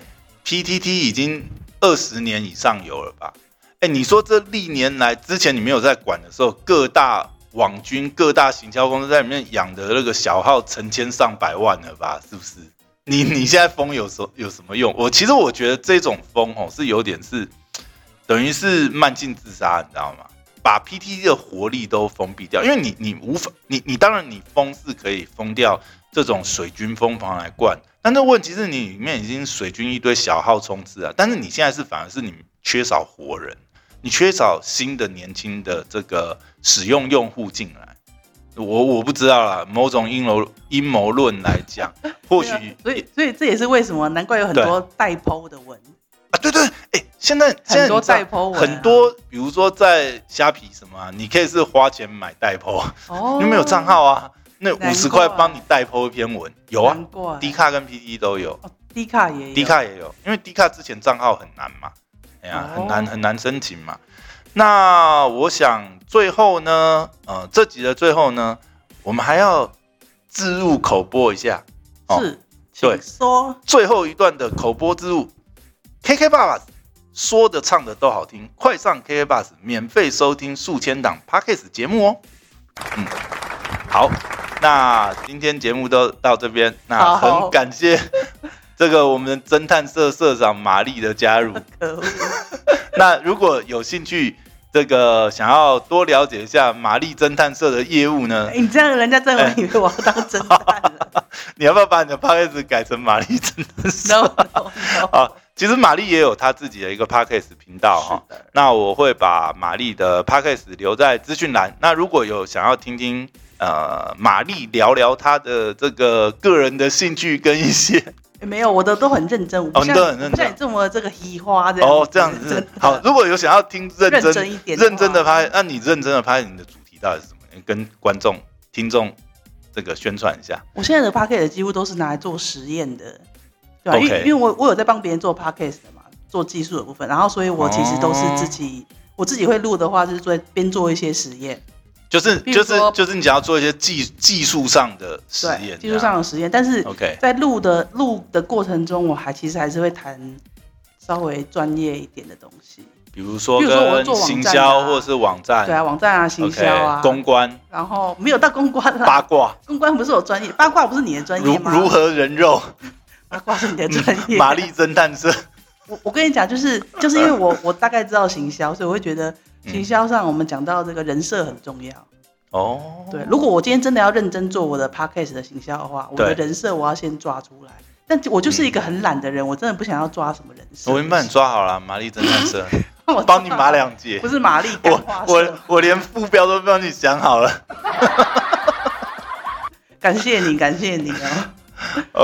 Speaker 1: PTT 已经二十年以上有了吧？哎，你说这历年来之前你没有在管的时候，各大网军、各大行销公司在里面养的那个小号成千上百万了吧？是不是？你你现在封有什有什么用？我其实我觉得这种封哦是有点是等于是慢性自杀，你知道吗？把 PTT 的活力都封闭掉，因为你你无法你你当然你封是可以封掉这种水军疯狂来灌，但这问题是你里面已经水军一堆小号充斥啊，但是你现在是反而是你缺少活人，你缺少新的年轻的这个使用用户进来。我我不知道啦，某种阴谋阴谋论来讲，或许
Speaker 2: 对啊所以所以这也是为什么难怪有很多代剖的文，
Speaker 1: 啊，对对，哎、现在现在
Speaker 2: 很多
Speaker 1: 你知道
Speaker 2: 代剖文啊
Speaker 1: 很多，比如说在虾皮什么、啊，你可以是花钱买代剖啊，
Speaker 2: 哦，
Speaker 1: 你没有账号啊，那
Speaker 2: 难
Speaker 1: 五十块
Speaker 2: 怪
Speaker 1: 帮你代剖一篇文，有啊
Speaker 2: 难，怪
Speaker 1: 迪卡跟 PT 都有，
Speaker 2: 哦，低卡也有，
Speaker 1: 迪卡也有，因为迪卡之前账号很难嘛，哎呀，
Speaker 2: 哦
Speaker 1: 很难很难申请嘛。那我想最后呢，呃，这集的最后呢，我们还要自入口播一下，哦
Speaker 2: 是，
Speaker 1: 对
Speaker 2: 请说
Speaker 1: 最后一段的口播之路，KK 爸爸说的唱的都好听，快上 KK Bus 免费收听数千档 Podcast 节目哦。嗯，好，那今天节目都到这边，那
Speaker 2: 好
Speaker 1: 很感谢 这个我们侦探社社长玛丽的加 入。
Speaker 2: 可 恶，
Speaker 1: 那如果有兴趣，这个想要多了解一下玛丽侦探社的业务呢
Speaker 2: 哎，你这样人家真的以为我要当侦探了
Speaker 1: 你要不要把你的 Podcast 改成玛丽侦探社？
Speaker 2: ，no no no，
Speaker 1: 好，啊其实玛丽也有她自己的一个 podcast 频道哈、
Speaker 2: 是的，
Speaker 1: 那我会把玛丽的 podcast 留在资讯栏。那如果有想要听听呃玛丽聊聊她的这个个人的兴趣跟一些
Speaker 2: 诶没有，我的都很认真，我
Speaker 1: 哦
Speaker 2: 不
Speaker 1: 你
Speaker 2: 像、
Speaker 1: 都很认真
Speaker 2: 不像你这么这个移花这样
Speaker 1: 哦这样
Speaker 2: 真
Speaker 1: 子
Speaker 2: 的
Speaker 1: 好，如果有想要听认真
Speaker 2: 认真一点的话
Speaker 1: 认真的拍，那你认真的拍你的主题到底是什么？跟观众听众这个宣传一下。
Speaker 2: 我现在的 p a c k a g e 几乎都是拿来做实验的，对吧、因为
Speaker 1: OK
Speaker 2: 因为我我有在帮别人做 p a c k a g e 嘛，做技术的部分，然后所以我其实都是自己、
Speaker 1: 哦
Speaker 2: 我自己会录的话，就是做边做一些实验，
Speaker 1: 就是
Speaker 2: 比如
Speaker 1: 就是
Speaker 2: 说
Speaker 1: 就是你想要做一些技技术上的实
Speaker 2: 对，
Speaker 1: 验，
Speaker 2: 技术上的实验，但是
Speaker 1: OK
Speaker 2: 在录的录的过程中，我还其实还是会谈稍微专业一点的东西，
Speaker 1: 比如说
Speaker 2: 比如说我
Speaker 1: 跟
Speaker 2: 做网站啊
Speaker 1: 行销或者是网站，
Speaker 2: 对啊，网站啊，行销啊
Speaker 1: o k 公 关、
Speaker 2: 然后没有到公关
Speaker 1: 八
Speaker 2: 啦，
Speaker 1: 卦、
Speaker 2: 公关不是我专业，八卦不是你的专
Speaker 1: 如
Speaker 2: 业吗？
Speaker 1: 如何人肉、
Speaker 2: 八卦是你的 专 业，
Speaker 1: 玛丽侦探社，
Speaker 2: 我我跟你讲，就是就是因为我我大概知道行销，所以我会觉得行销上我们讲到这个人设很重要。
Speaker 1: 哦，
Speaker 2: 对，如果我今天真的要认真做我的 podcast 的行销的话，我的
Speaker 1: 对
Speaker 2: 人设我要先抓出来。但我就是一个很懒的人，我真的不想要抓什么人设。
Speaker 1: 嗯我已经帮你抓好了，玛丽侦探社，
Speaker 2: 帮 我
Speaker 1: 帮你码，两节
Speaker 2: 不。是玛丽感化
Speaker 1: 我我
Speaker 2: 社。
Speaker 1: 我连副标都帮你想好了
Speaker 2: 感谢你，感谢你哦。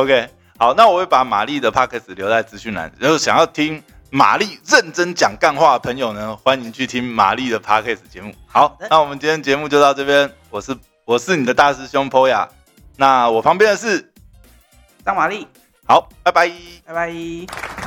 Speaker 1: ，OK，好，那我会把玛丽的 p o c k e t 留在资讯栏，然后想要听玛丽认真讲干话的朋友呢，欢迎去听玛丽的 p o c k e t 节目。好
Speaker 2: 的，
Speaker 1: 那我们今天节目就到这边，我是我是你的大师兄 Poya，那我旁边的是
Speaker 2: 张玛丽，
Speaker 1: 好，拜拜。
Speaker 2: 拜拜。